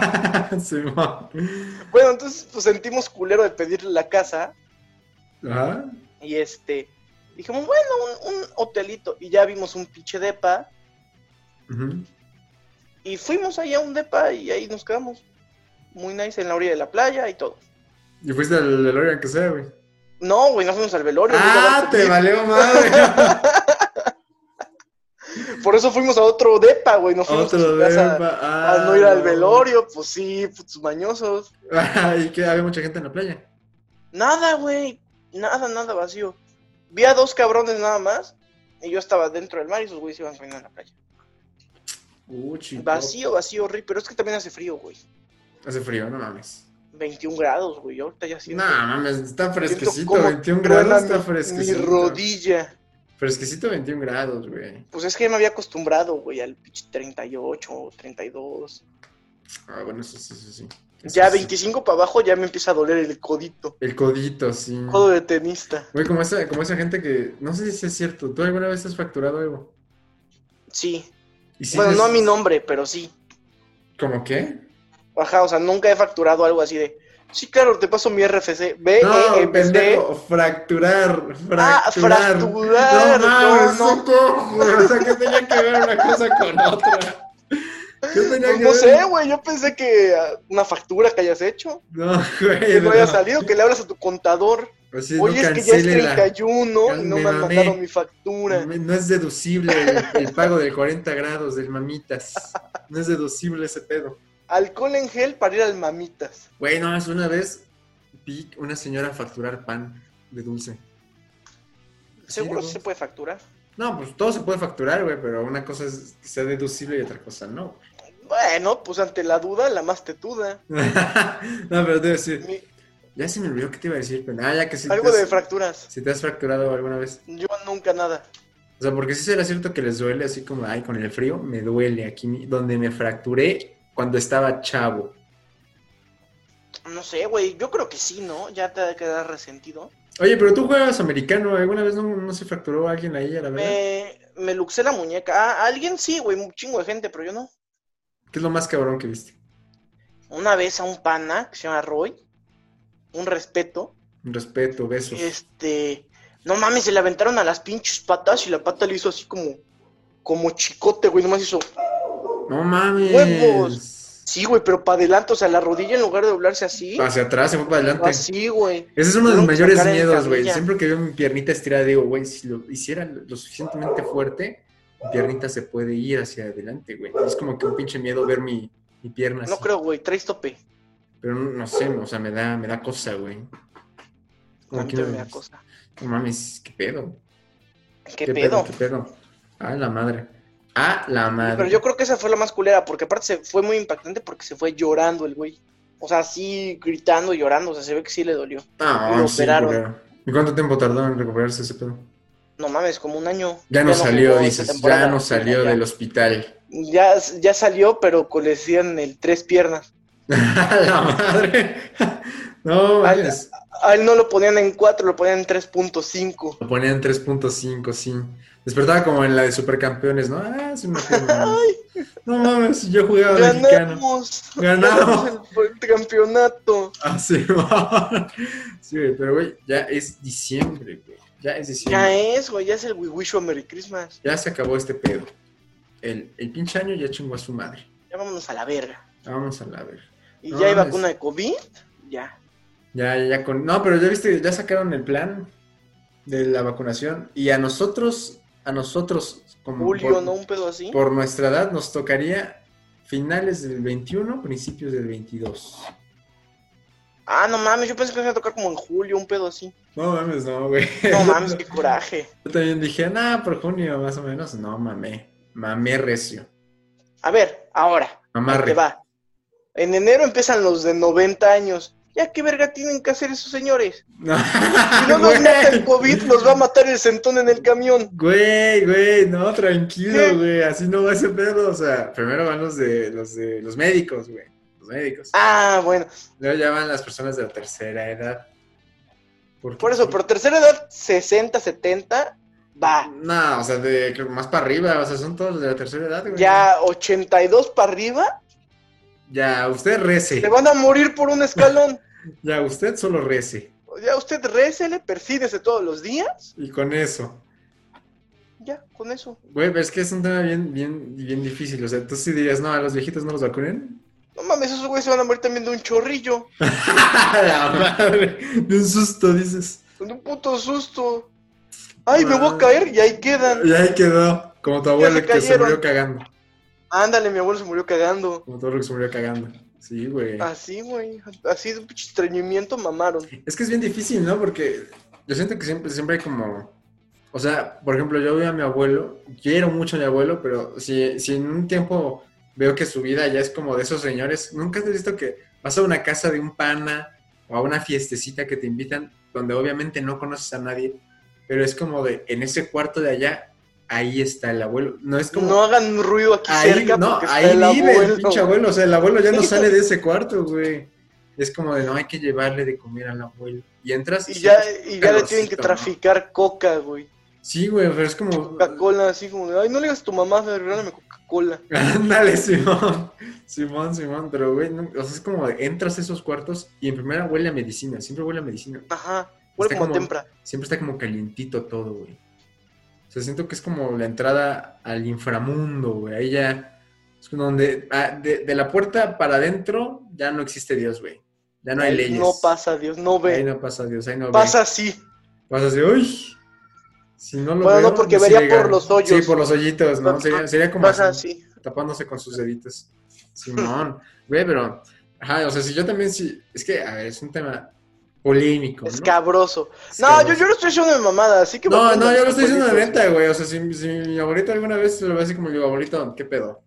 Speaker 2: Simón.
Speaker 1: Bueno, entonces pues, sentimos culero de pedirle la casa.
Speaker 2: Ajá.
Speaker 1: Y este. Dijimos, bueno, un, un hotelito. Y ya vimos un pinche depa.
Speaker 2: ujú.
Speaker 1: Y fuimos ahí a un depa y ahí nos quedamos. Muy nice en la orilla de la playa y todo.
Speaker 2: Y fuiste al DeLorean que sea, güey.
Speaker 1: No, güey, no fuimos al velorio.
Speaker 2: Ah,
Speaker 1: no iba a
Speaker 2: te
Speaker 1: dar
Speaker 2: valió madre.
Speaker 1: Por eso fuimos a otro depa, güey. No fuimos a
Speaker 2: Otro
Speaker 1: su casa
Speaker 2: depa.
Speaker 1: a
Speaker 2: Ah,
Speaker 1: no ir al velorio. Pues sí, putos mañosos.
Speaker 2: y que había mucha gente en la playa.
Speaker 1: Nada, güey. Nada, nada vacío. Vi a dos cabrones nada más. Y yo estaba dentro del mar y sus güeyes iban saliendo a la playa.
Speaker 2: Uh, chico.
Speaker 1: Vacío, vacío, horrible. Pero es que también hace frío, güey.
Speaker 2: Hace frío, no mames.
Speaker 1: 21 grados, güey. Ahorita ya siento.
Speaker 2: No, mames, está
Speaker 1: siento
Speaker 2: fresquecito,
Speaker 1: cómo
Speaker 2: 21 grados,
Speaker 1: truena
Speaker 2: está
Speaker 1: mi-
Speaker 2: fresquecito.
Speaker 1: Mi rodilla.
Speaker 2: Fresquecito 21 grados, güey.
Speaker 1: Pues es que me había acostumbrado, güey, al pinche 38 o 32.
Speaker 2: Ah, bueno, eso sí, eso sí. Eso
Speaker 1: Ya
Speaker 2: sí.
Speaker 1: 25 para abajo ya me empieza a doler el codito.
Speaker 2: El codito, sí.
Speaker 1: Codo de tenista.
Speaker 2: Güey, como esa, como esa gente que. No sé si es cierto. ¿Tú alguna vez has fracturado algo?
Speaker 1: Sí.
Speaker 2: ¿Y si
Speaker 1: bueno,
Speaker 2: es-
Speaker 1: no a mi nombre, pero sí.
Speaker 2: ¿Cómo qué?
Speaker 1: Ajá, o sea, nunca he facturado algo así de. Sí, claro, te paso mi RFC. Ve,
Speaker 2: No,
Speaker 1: eh, en vez de-
Speaker 2: pendejo, fracturar, fracturar.
Speaker 1: Ah, fracturar,
Speaker 2: No mames,
Speaker 1: no, no.
Speaker 2: no cojo. O sea, ¿qué tenía que ver una cosa con otra? ¿Qué tenía
Speaker 1: Pues
Speaker 2: que
Speaker 1: no
Speaker 2: ver?
Speaker 1: sé, güey, yo pensé que ah, una factura que hayas hecho,
Speaker 2: No, güey.
Speaker 1: que no haya
Speaker 2: no.
Speaker 1: salido, que le hablas a tu contador.
Speaker 2: Así, no
Speaker 1: Oye, es que ya es
Speaker 2: cancélela.
Speaker 1: 31 y no
Speaker 2: Me
Speaker 1: me han
Speaker 2: mamé.
Speaker 1: mandado mi factura.
Speaker 2: No es deducible el, el pago del 40 grados del mamitas. No es deducible ese pedo.
Speaker 1: Alcohol en gel para ir al mamitas.
Speaker 2: Güey, no, es una vez vi una señora facturar pan de dulce. Sí,
Speaker 1: Seguro
Speaker 2: no.
Speaker 1: sí se puede facturar.
Speaker 2: No, pues todo se puede facturar, güey, pero una cosa es que sea deducible y otra cosa no.
Speaker 1: Bueno, pues ante la duda, la más tetuda.
Speaker 2: no, pero te voy a decir,
Speaker 1: Mi-
Speaker 2: ya se me olvidó qué te iba a decir, pero ah, ya que si
Speaker 1: Algo
Speaker 2: te has,
Speaker 1: de fracturas.
Speaker 2: si te has fracturado alguna vez.
Speaker 1: Yo nunca nada.
Speaker 2: O sea, porque sí será cierto que les duele así como, ay, con el frío, me duele aquí mi- donde me fracturé cuando estaba chavo.
Speaker 1: No sé, güey. Yo creo que sí, ¿no? Ya te ha de quedar resentido.
Speaker 2: Oye, pero tú juegas americano, ¿alguna vez no, no se fracturó alguien ahí, a la verdad?
Speaker 1: Me, me luxé la muñeca. Ah, alguien sí, güey. Un chingo de gente, pero yo no.
Speaker 2: ¿Qué es lo más cabrón que viste?
Speaker 1: Una vez a un pana que se llama Roy. Un respeto.
Speaker 2: Respeto, besos.
Speaker 1: Este. No mames, se le aventaron a las pinches patas y la pata le hizo así como. Como chicote, güey. Nomás hizo.
Speaker 2: No mames.
Speaker 1: Huevos. Sí, güey, pero para adelante. O sea, la rodilla en lugar de doblarse así.
Speaker 2: Hacia atrás, se fue para adelante.
Speaker 1: Así, güey.
Speaker 2: Ese es uno de mis
Speaker 1: Tuvieron que
Speaker 2: mayores
Speaker 1: sacar en
Speaker 2: miedos, güey.
Speaker 1: camilla.
Speaker 2: Siempre que veo mi piernita estirada, digo, güey, si lo hiciera lo suficientemente fuerte, mi piernita se puede ir hacia adelante, güey. Es como que un pinche miedo ver mi, mi pierna
Speaker 1: No
Speaker 2: así.
Speaker 1: creo, güey. Traes tope.
Speaker 2: Pero no, no sé, o sea, me da, me da cosa, güey. Como
Speaker 1: A mí
Speaker 2: que
Speaker 1: también me
Speaker 2: no-
Speaker 1: da cosa.
Speaker 2: No mames, qué pedo.
Speaker 1: ¿Qué, pedo?
Speaker 2: ¿Qué pedo? A la madre. A la madre.
Speaker 1: Pero yo creo que esa fue la más culera, porque aparte se fue muy impactante porque se fue llorando el güey. O sea, así gritando, llorando, o sea, se ve que sí le dolió.
Speaker 2: Ah,
Speaker 1: lo
Speaker 2: sí,
Speaker 1: operaron.
Speaker 2: culero. ¿Y cuánto tiempo tardó en recuperarse ese pedo?
Speaker 1: No mames, como un año.
Speaker 2: Ya no salió,
Speaker 1: jugó esta
Speaker 2: dices, ya
Speaker 1: temporada.
Speaker 2: no salió
Speaker 1: Ya-
Speaker 2: del hospital.
Speaker 1: Ya, ya salió, pero co- le decían el tres piernas.
Speaker 2: A la madre. No,
Speaker 1: Al-
Speaker 2: mames.
Speaker 1: A él no lo ponían en cuatro, lo ponían en 3.5.
Speaker 2: Lo ponían 3.5, sí. Despertaba como en la de Supercampeones, ¿no? Ah, sí me acuerdo. No mames, yo jugaba mexicano.
Speaker 1: ¡Ganamos!
Speaker 2: Ganamos.
Speaker 1: el campeonato!
Speaker 2: Ah, sí, va. Sí, güey, pero güey, ya es diciembre, güey. Ya es
Speaker 1: Ya
Speaker 2: diciembre.
Speaker 1: es, güey, ya es el We Wish You a Merry Christmas.
Speaker 2: Ya se acabó este pedo. El, el pinche año ya chingó a su madre.
Speaker 1: Ya vámonos a la verga.
Speaker 2: Vamos a la ver.
Speaker 1: Y
Speaker 2: No
Speaker 1: ya hay
Speaker 2: mames.
Speaker 1: vacuna de COVID, ya.
Speaker 2: Ya, ya, ya con. No, pero ya viste, ya sacaron el plan de la vacunación. Y a nosotros, a nosotros, como
Speaker 1: Julio,
Speaker 2: por,
Speaker 1: ¿no? Un pedo así.
Speaker 2: por nuestra edad, nos tocaría finales del 21, principios del 22.
Speaker 1: Ah, no mames, yo pensé que me iba a tocar como en julio, un pedo así.
Speaker 2: No mames, no, güey.
Speaker 1: No mames, qué coraje.
Speaker 2: Yo también dije, nada, por junio, más o menos. No, mamé. Mamé recio.
Speaker 1: A ver, ahora, ahí te
Speaker 2: Mamarre.
Speaker 1: va. En enero empiezan los de 90 años. ¿Ya qué verga tienen que hacer esos señores?
Speaker 2: No,
Speaker 1: Si no nos
Speaker 2: güey.
Speaker 1: mata el COVID, nos va a matar el sentón en el camión.
Speaker 2: Güey, güey, no, tranquilo,
Speaker 1: ¿Qué?
Speaker 2: güey, así no va ese pedo, o sea, primero van los de los de los médicos, güey, los médicos.
Speaker 1: Ah, bueno.
Speaker 2: Luego ya van las personas de la tercera edad. Porque-
Speaker 1: Por eso, por tercera edad, 60, 70, va.
Speaker 2: No, o sea, de creo que más para arriba, o sea, son todos de la tercera edad, güey.
Speaker 1: Ya 82 para arriba,
Speaker 2: Ya, usted rece.
Speaker 1: se van a morir por un escalón.
Speaker 2: Ya, usted solo rece.
Speaker 1: Ya usted récele, persídese todos los días.
Speaker 2: Y con eso.
Speaker 1: Ya, con eso.
Speaker 2: Güey, pero es que es un tema bien, bien, bien difícil. O sea, tú sí dirías, no, a los viejitos no los vacunen.
Speaker 1: No mames, esos güeyes se van a morir también de un chorrillo.
Speaker 2: la madre. De un susto, dices.
Speaker 1: Con un puto susto. Ay, me voy a
Speaker 2: Madre.
Speaker 1: caer y ahí quedan.
Speaker 2: Y ahí quedó. Como tu abuelo
Speaker 1: se
Speaker 2: que se
Speaker 1: cayeron.
Speaker 2: murió cagando.
Speaker 1: Ándale, mi abuelo se murió cagando.
Speaker 2: Como todo lo que se murió cagando. Sí, güey.
Speaker 1: Así, güey. Así de un pinche estreñimiento mamaron.
Speaker 2: Es que es bien difícil, ¿no? Porque yo siento que siempre, siempre hay como. O sea, por ejemplo, yo veo a mi abuelo, quiero mucho a mi abuelo, pero si, si en un tiempo veo que su vida ya es como de esos señores, nunca has visto que vas a una casa de un pana o a una fiestecita que te invitan, donde obviamente no conoces a nadie, pero es como de en ese cuarto de allá, ahí está el abuelo. No es como.
Speaker 1: No hagan ruido aquí
Speaker 2: Ahí,
Speaker 1: cerca.
Speaker 2: no,
Speaker 1: porque está
Speaker 2: ahí
Speaker 1: el
Speaker 2: vive
Speaker 1: abuelo.
Speaker 2: el pinche abuelo. O sea, el abuelo ya no
Speaker 1: Sí.
Speaker 2: sale de ese cuarto, güey. Es como de no hay que llevarle de comer al abuelo. Y entras
Speaker 1: Y ya, y ya le
Speaker 2: Calorcito,
Speaker 1: tienen que
Speaker 2: ¿no?
Speaker 1: traficar coca, güey.
Speaker 2: Sí, güey, pero es como.
Speaker 1: Coca-Cola, así como de, ay, no le digas a tu mamá, regálame Coca-Cola.
Speaker 2: Ándale, Simón. Simón, Simón. Pero, güey, no- o sea, es como de entras a esos cuartos y en primera huele a medicina. Siempre huele a medicina.
Speaker 1: Ajá. Huele como
Speaker 2: Está Este como-
Speaker 1: tempra.
Speaker 2: Siempre está como calientito todo, güey. O sea, siento que es como la entrada al inframundo, güey. Ahí ya. Es como donde. ah, de, de la puerta para adentro ya no existe Dios, güey. Ya no hay leyes.
Speaker 1: No pasa, Dios, no ve.
Speaker 2: Ahí no pasa Dios, ahí no ve.
Speaker 1: pasa así.
Speaker 2: Pasa así, uy. Si no lo
Speaker 1: Bueno,
Speaker 2: veo,
Speaker 1: no, porque
Speaker 2: se
Speaker 1: vería
Speaker 2: llega.
Speaker 1: por los hoyos.
Speaker 2: Sí, por los hoyitos, ¿no? Sería, sería como
Speaker 1: Pasa
Speaker 2: así,
Speaker 1: así.
Speaker 2: tapándose con sus deditos. Simón, güey, pero... Ajá, o sea, si yo también sí... Es que, a ver, es un tema polémico, ¿no?
Speaker 1: Escabroso. No,
Speaker 2: Escabroso.
Speaker 1: yo, yo no estoy diciendo de mamada, así que.
Speaker 2: No,
Speaker 1: vacúnate,
Speaker 2: no, yo lo estoy diciendo de
Speaker 1: abuelitos.
Speaker 2: neta, güey. O sea, si, si mi abuelito alguna vez se lo va a decir como mi abuelito, ¿qué pedo?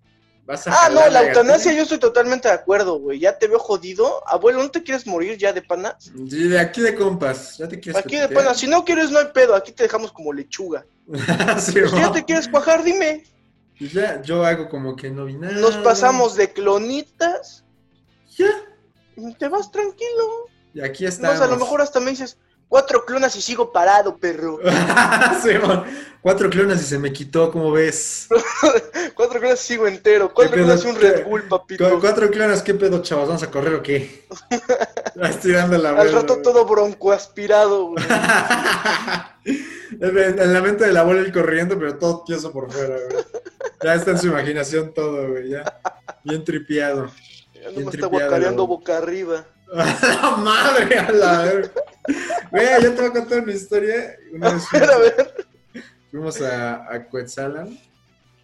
Speaker 2: ¿Vas a
Speaker 1: Ah, no,
Speaker 2: jalar
Speaker 1: la
Speaker 2: gatillo?
Speaker 1: eutanasia yo estoy totalmente de acuerdo, güey. Ya te veo jodido. Abuelo, ¿no te quieres morir ya de panas?
Speaker 2: Sí, de aquí de compas, ya te quieres
Speaker 1: Aquí de
Speaker 2: coquetear.
Speaker 1: panas. Si no quieres, no hay pedo. Aquí te dejamos como lechuga. Pero si
Speaker 2: Simón.
Speaker 1: ya te quieres cuajar, dime.
Speaker 2: Y ya, yo hago como que no vi nada.
Speaker 1: Nos pasamos de clonitas.
Speaker 2: Ya.
Speaker 1: y Te vas tranquilo.
Speaker 2: Y aquí
Speaker 1: No,
Speaker 2: estamos.
Speaker 1: o sea, a lo mejor hasta me dices cuatro clonas y sigo parado, perro.
Speaker 2: Simón, cuatro clonas y se me quitó, ¿cómo ves?
Speaker 1: Cuatro clonas y sigo entero. Cuatro
Speaker 2: pedo?
Speaker 1: clonas y un Red Bull, papito.
Speaker 2: Cu- cuatro clonas, ¿qué pedo, chavos? ¿Vamos a correr o qué? Vas tirando la
Speaker 1: Al rato todo bronco aspirado, güey.
Speaker 2: en, en la mente del abuelo el corriendo, pero todo tieso por fuera, güey. Ya está en su imaginación todo, güey, ya. Bien tripiado.
Speaker 1: Ya
Speaker 2: Bien
Speaker 1: no me está
Speaker 2: tripeado,
Speaker 1: guacareando
Speaker 2: güey.
Speaker 1: boca arriba.
Speaker 2: ¡A la madre! ¡A la verga! Güey, yo te voy a contar una historia. Una vez
Speaker 1: A ver, a ver.
Speaker 2: Fuimos a, a Coetzalan,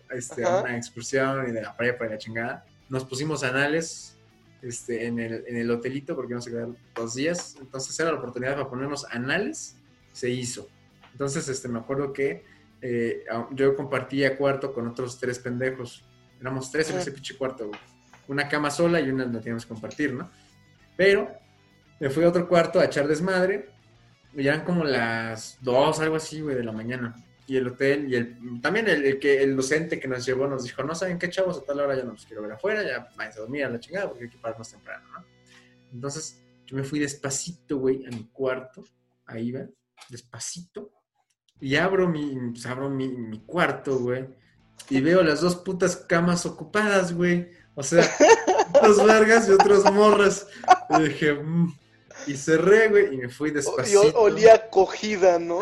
Speaker 2: este,
Speaker 1: Ajá.
Speaker 2: a una excursión y de la prepa y la chingada. Nos pusimos anales este, en, el, en el hotelito porque íbamos a quedar dos días. Entonces era la oportunidad para ponernos anales. Se hizo. Entonces este, me acuerdo que eh, a- yo compartía cuarto con otros tres pendejos. Éramos tres en
Speaker 1: Ujú.
Speaker 2: ese pinche cuarto. güey. Una cama sola y una no teníamos que compartir, ¿no? Pero me fui a otro cuarto a echar desmadre. Y eran como las dos, algo así, güey, de la mañana. Y el hotel, y el, también el, el que, el docente que nos llevó nos dijo, no saben qué chavos, a tal hora ya no los quiero ver afuera, ya váyanse a dormir a la chingada porque hay que pararnos temprano, ¿no? Entonces yo me fui despacito, güey, a mi cuarto, ahí va, despacito, y abro mi, pues, abro mi, mi cuarto, güey, y veo las dos putas camas ocupadas, güey. O sea, dos vergas y otras morras. Y dije, "Mm". y cerré, güey, y me fui
Speaker 1: O-
Speaker 2: despacito.
Speaker 1: Yo olía a cogida, ¿no?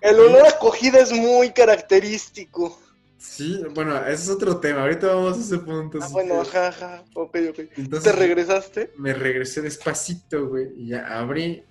Speaker 1: El olor a cogida es muy característico.
Speaker 2: Sí, bueno, ese es otro tema. Ahorita vamos a ese punto.
Speaker 1: Ah,
Speaker 2: así
Speaker 1: bueno,
Speaker 2: que-
Speaker 1: ajá, ajá. Ok, ok. ¿Te
Speaker 2: Entonces,
Speaker 1: regresaste?
Speaker 2: me regresé despacito, güey, y ya abrí.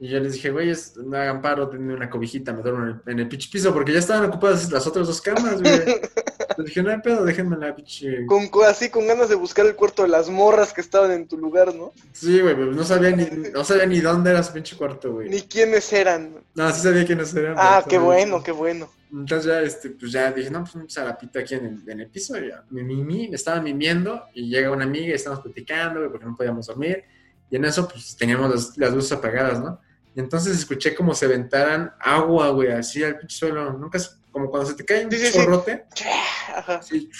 Speaker 2: Y yo les dije, güeyes, no hagan paro, denme una cobijita, me duermo en el, en el pinche piso, porque ya estaban ocupadas las otras dos camas, güey. Les dije, no hay pedo, déjenme la pinche.
Speaker 1: Con, co- así, con ganas de buscar el cuarto de las morras que estaban en tu lugar, ¿no?
Speaker 2: Sí, güey, pero no sabía ni, no sabía ni dónde era su pinche cuarto, güey.
Speaker 1: Ni quiénes eran.
Speaker 2: No, sí sabía quiénes eran.
Speaker 1: Ah,
Speaker 2: pero
Speaker 1: qué
Speaker 2: sabía-
Speaker 1: bueno, qué bueno.
Speaker 2: Entonces ya, este, pues ya dije, no, pues un zarapito aquí en el, en el piso, ya. Me mimí, me estaban mimiendo y llega una amiga y estamos platicando, güey, porque no podíamos dormir. Y en eso, pues teníamos las, las luces apagadas, ¿no? Y entonces escuché como se aventaran agua, güey, así al pinche suelo. Nunca, es- como cuando se te cae un
Speaker 1: Sí, sí, sí.
Speaker 2: chorrote.
Speaker 1: Ajá.
Speaker 2: así,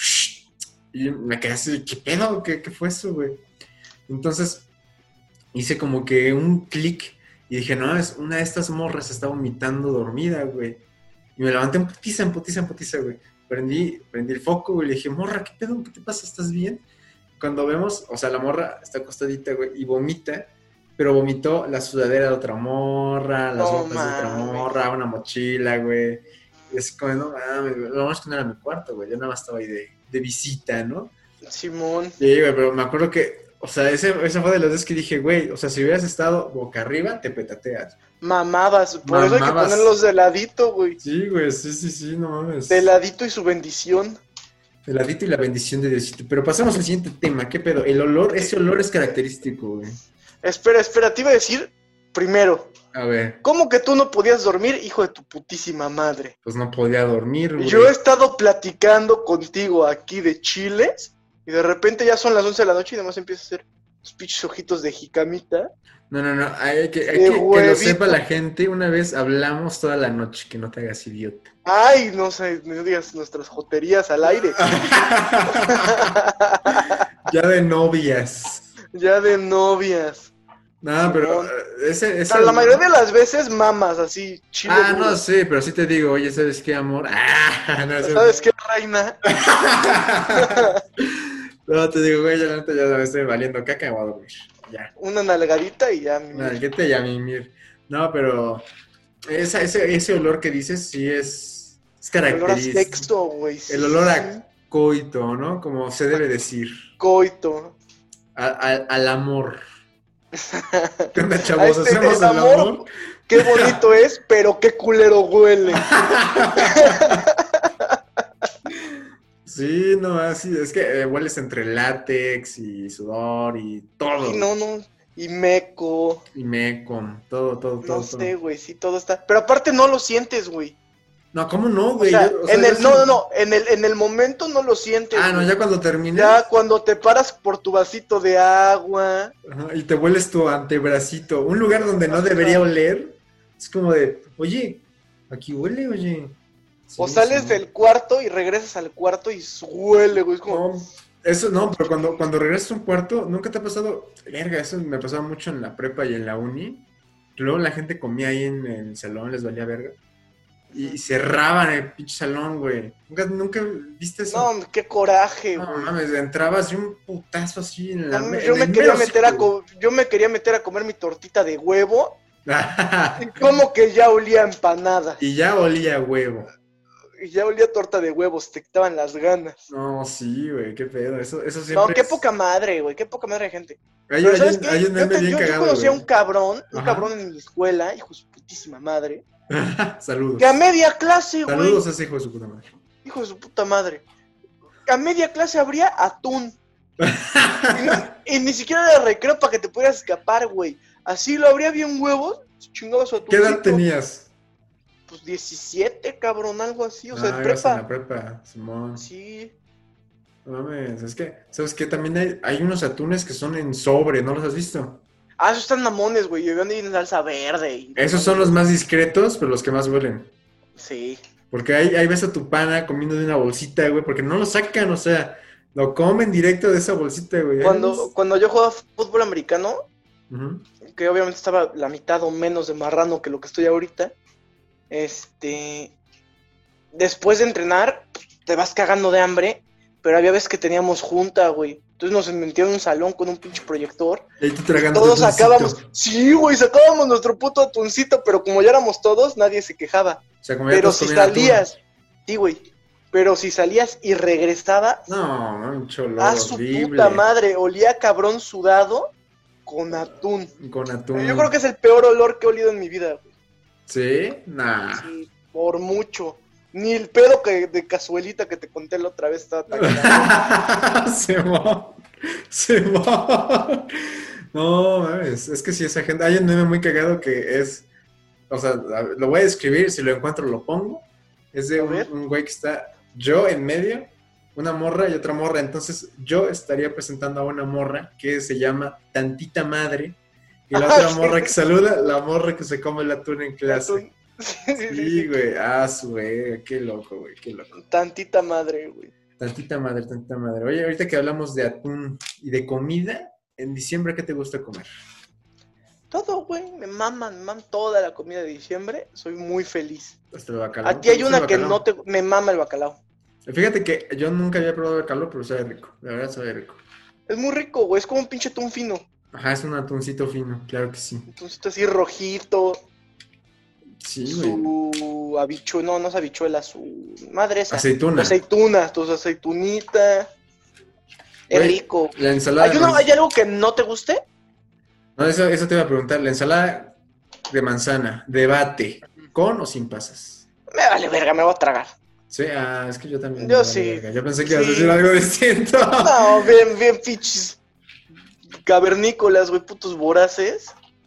Speaker 2: y me quedé así, ¿qué pedo? ¿Qué, qué fue eso, güey? Entonces hice como que un clic y dije, no, es una de estas morras está vomitando dormida, güey. Y me levanté en putiza, en putiza, en putiza, güey. Prendí, prendí el foco, güey. Le dije, morra, ¿qué pedo? ¿Qué te pasa? ¿Estás bien? Cuando vemos, o sea, la morra está acostadita, güey, y vomita, pero vomitó la sudadera de otra morra, las
Speaker 1: No
Speaker 2: botas de otra
Speaker 1: mames.
Speaker 2: morra, una mochila, güey. Y así como, no mames, güey. lo más que no era mi cuarto, güey. Yo nada más estaba ahí de, de visita, ¿no?
Speaker 1: Simón.
Speaker 2: Sí, güey, pero me acuerdo que, o sea, ese- esa fue de las veces que dije, güey, o sea, si hubieras estado boca arriba, te petateas.
Speaker 1: Mamabas. Por eso hay que
Speaker 2: Mamabas.
Speaker 1: ponerlos de ladito, güey.
Speaker 2: Sí, güey, sí, sí, sí, no mames.
Speaker 1: De ladito y su bendición.
Speaker 2: El ladito y la bendición de Diosito. Pero pasamos al siguiente tema, ¿qué pedo? El olor, ese olor es característico, güey.
Speaker 1: Espera, espera, te iba a decir primero.
Speaker 2: A ver,
Speaker 1: ¿Cómo que tú no podías dormir, hijo de tu putísima madre?
Speaker 2: pues no podía dormir, güey.
Speaker 1: Yo he estado platicando contigo aquí de chiles y de repente ya son las 11 de la noche y además empieza a hacer los pinches ojitos de jicamita.
Speaker 2: No, no, no, hay que, hay
Speaker 1: De
Speaker 2: que- que lo
Speaker 1: huevito.
Speaker 2: sepa la gente. Una vez hablamos toda la noche, que no te hagas idiota.
Speaker 1: Ay, no sé, no digas nuestras joterías al aire.
Speaker 2: ya de novias.
Speaker 1: ya de novias.
Speaker 2: No, pero
Speaker 1: Simón.
Speaker 2: eh, ese, ese
Speaker 1: Pero la mayoría de las veces mamas así, chile.
Speaker 2: Ah,
Speaker 1: duro.
Speaker 2: no, sí, pero sí te digo, oye, ¿sabes qué, amor? Ah, no, sí.
Speaker 1: ¿Sabes qué, reina?
Speaker 2: no, te digo, güey, ya la neta ya me estoy valiendo caca, me voy a dormir. Ya,
Speaker 1: Una nalgadita y ya. mi-
Speaker 2: nalguete ya, mimir. No, pero esa- ese, ese olor que dices sí es, es
Speaker 1: el olor a
Speaker 2: característico.
Speaker 1: sexo, güey. sí,
Speaker 2: El olor
Speaker 1: sí.
Speaker 2: a coito, ¿no? Como se debe decir.
Speaker 1: coito.
Speaker 2: A- a- al amor. ¿Qué onda,
Speaker 1: A
Speaker 2: chavos?
Speaker 1: este- el
Speaker 2: ¿Hacemos el
Speaker 1: amor.
Speaker 2: amor?
Speaker 1: Qué bonito es, pero qué culero huele.
Speaker 2: Sí, no, así, es que eh, hueles entre látex y sudor y todo.
Speaker 1: Y no, no. Y meco.
Speaker 2: Y mecon, todo, todo, todo.
Speaker 1: No
Speaker 2: todo.
Speaker 1: sé, güey. Sí, todo está. Pero aparte no lo sientes, güey.
Speaker 2: No, ¿cómo no,
Speaker 1: O
Speaker 2: güey?
Speaker 1: sea,
Speaker 2: Yo- o sea,
Speaker 1: en
Speaker 2: yo
Speaker 1: el,
Speaker 2: sí-
Speaker 1: no, no, no. En el, en el momento no lo sientes.
Speaker 2: Ah, no,
Speaker 1: güey.
Speaker 2: ya cuando terminé
Speaker 1: Ya cuando te paras por tu vasito de agua.
Speaker 2: y te hueles tu antebracito, un lugar donde no debería oler, es como de, oye, aquí huele, oye.
Speaker 1: o
Speaker 2: Sí,
Speaker 1: sales
Speaker 2: sí.
Speaker 1: del cuarto y regresas al cuarto y huele, güey. Es como.
Speaker 2: No, eso no, pero cuando, cuando regresas a un cuarto, nunca te ha pasado, verga, eso me pasaba mucho en la prepa y en la uni. que Luego la gente comía ahí en el salón, les valía verga. Y cerraban el pinche salón, güey. ¿Nunca, nunca viste eso?
Speaker 1: No, qué coraje,
Speaker 2: No,
Speaker 1: güey.
Speaker 2: mames, entrabas y un putazo así en la
Speaker 1: A mí-
Speaker 2: me-
Speaker 1: yo
Speaker 2: en
Speaker 1: me
Speaker 2: el
Speaker 1: quería
Speaker 2: mero
Speaker 1: meter a
Speaker 2: hocico.
Speaker 1: co- yo me quería meter a comer mi tortita de huevo y como que ya olía a empanada
Speaker 2: y ya olía a huevo.
Speaker 1: y ya olía a torta de huevos, te quitaban las ganas.
Speaker 2: No, sí, güey, qué pedo. Eso, eso siempre.
Speaker 1: No, qué
Speaker 2: es-
Speaker 1: poca madre, güey, qué poca madre de gente.
Speaker 2: Hay,
Speaker 1: Pero
Speaker 2: hay
Speaker 1: ¿sabes
Speaker 2: un-
Speaker 1: qué?
Speaker 2: hay un
Speaker 1: Yo,
Speaker 2: meme
Speaker 1: te-
Speaker 2: bien
Speaker 1: yo- yo
Speaker 2: cagado.
Speaker 1: conocí a un
Speaker 2: güey.
Speaker 1: cabrón, un
Speaker 2: Ajá.
Speaker 1: cabrón en mi escuela, hijo de su putísima madre,
Speaker 2: Saludos.
Speaker 1: que a media clase, güey,
Speaker 2: Pues, Saludos a ese hijo de su puta madre.
Speaker 1: hijo de su puta madre, a media clase habría atún. Y, no- y ni siquiera era recreo para que te pudieras escapar, güey. Así lo habría bien huevos, chingaba su atún.
Speaker 2: ¿Qué edad tenías?
Speaker 1: Pues 17, cabrón, algo así, o sea,
Speaker 2: Ah,
Speaker 1: en
Speaker 2: ibas en
Speaker 1: prepa.
Speaker 2: la prepa, Simón.
Speaker 1: Sí.
Speaker 2: No mames, es que, ¿sabes qué? También hay, hay unos atunes que son en sobre, ¿no los has visto?
Speaker 1: Ah, esos están mamones, güey. Yo vi en salsa verde. Y...
Speaker 2: Esos son los más discretos, pero los que más huelen.
Speaker 1: Sí.
Speaker 2: Porque ahí, ahí ves a tu pana comiendo de una bolsita, güey, porque no lo sacan, o sea, lo comen directo de esa bolsita, güey. Ahí
Speaker 1: Cuando,
Speaker 2: ves.
Speaker 1: cuando yo jugaba fútbol americano,
Speaker 2: Ujú.
Speaker 1: que obviamente estaba la mitad o menos de marrano que lo que estoy ahorita, este. Después de entrenar, te vas cagando de hambre, pero había veces que teníamos junta, güey. Entonces nos metían en un salón con un pinche proyector
Speaker 2: Ahí tú tragando
Speaker 1: Todos
Speaker 2: tu atuncito.
Speaker 1: sacábamos, sí, güey, sacábamos nuestro puto atuncito, pero como ya éramos todos, nadie se quejaba.
Speaker 2: O sea, como ya
Speaker 1: Pero
Speaker 2: todos
Speaker 1: si
Speaker 2: comían atún.
Speaker 1: salías, sí, güey, Pero si salías y regresabas,
Speaker 2: No, no, un cholo
Speaker 1: a Ah, su
Speaker 2: horrible.
Speaker 1: puta madre, olía cabrón sudado con atún.
Speaker 2: Con atún.
Speaker 1: Yo creo que es el peor olor que he olido en mi vida. güey.
Speaker 2: Sí, nah.
Speaker 1: Sí, por mucho. Ni el pedo que, de cazuelita que te conté la otra vez estaba tan grave.
Speaker 2: se va. Se va. No, mames, es que si esa gente. Hay un meme muy cagado que es. O sea, a ver, lo voy a describir, si lo encuentro lo pongo. Es de
Speaker 1: A
Speaker 2: un,
Speaker 1: ver.
Speaker 2: un güey que está yo en medio, una morra y otra morra. Entonces yo estaría presentando a una morra que se llama Tantita Madre. Y la
Speaker 1: Ah,
Speaker 2: otra
Speaker 1: sí.
Speaker 2: morra que saluda, la morra que se come el atún en clase.
Speaker 1: Atún. Sí, sí, sí,
Speaker 2: Sí, güey. Ah, su güey. Qué loco, güey. Qué loco.
Speaker 1: Tantita madre, güey.
Speaker 2: Tantita madre, tantita madre. Oye, ahorita que hablamos de atún y de comida, en diciembre, ¿qué te gusta comer?
Speaker 1: Todo, güey. Me maman, me maman toda la comida de diciembre. Soy muy feliz.
Speaker 2: Hasta el bacalao.
Speaker 1: A ti hay
Speaker 2: ¿Te gusta
Speaker 1: una
Speaker 2: el
Speaker 1: que
Speaker 2: bacalao?
Speaker 1: no te... Me mama el bacalao.
Speaker 2: Fíjate que yo nunca había probado bacalao, pero sabe rico. La verdad sabe rico.
Speaker 1: Es muy rico, güey. Es como un pinche atún fino.
Speaker 2: Ajá, es un atuncito fino, claro que sí.
Speaker 1: Entonces así rojito.
Speaker 2: Sí, güey.
Speaker 1: su habichuela. No, no es habichuela. Su madre esa.
Speaker 2: Aceituna.
Speaker 1: Aceitunas, tus aceitunitas. Es
Speaker 2: Güey,
Speaker 1: rico.
Speaker 2: La ensalada.
Speaker 1: ¿Hay,
Speaker 2: de
Speaker 1: uno-
Speaker 2: manz-
Speaker 1: hay algo que no te guste?
Speaker 2: No, eso, eso te iba a preguntar. La ensalada de manzana, debate, con o sin pasas.
Speaker 1: Me vale verga, me voy a tragar.
Speaker 2: Sí, ah, es que yo también.
Speaker 1: Yo
Speaker 2: vale,
Speaker 1: sí.
Speaker 2: verga. Yo pensé que ibas a
Speaker 1: Sí.
Speaker 2: decir algo distinto.
Speaker 1: No, bien, bien, pinches. Cavernícolas, güey, putos voraces.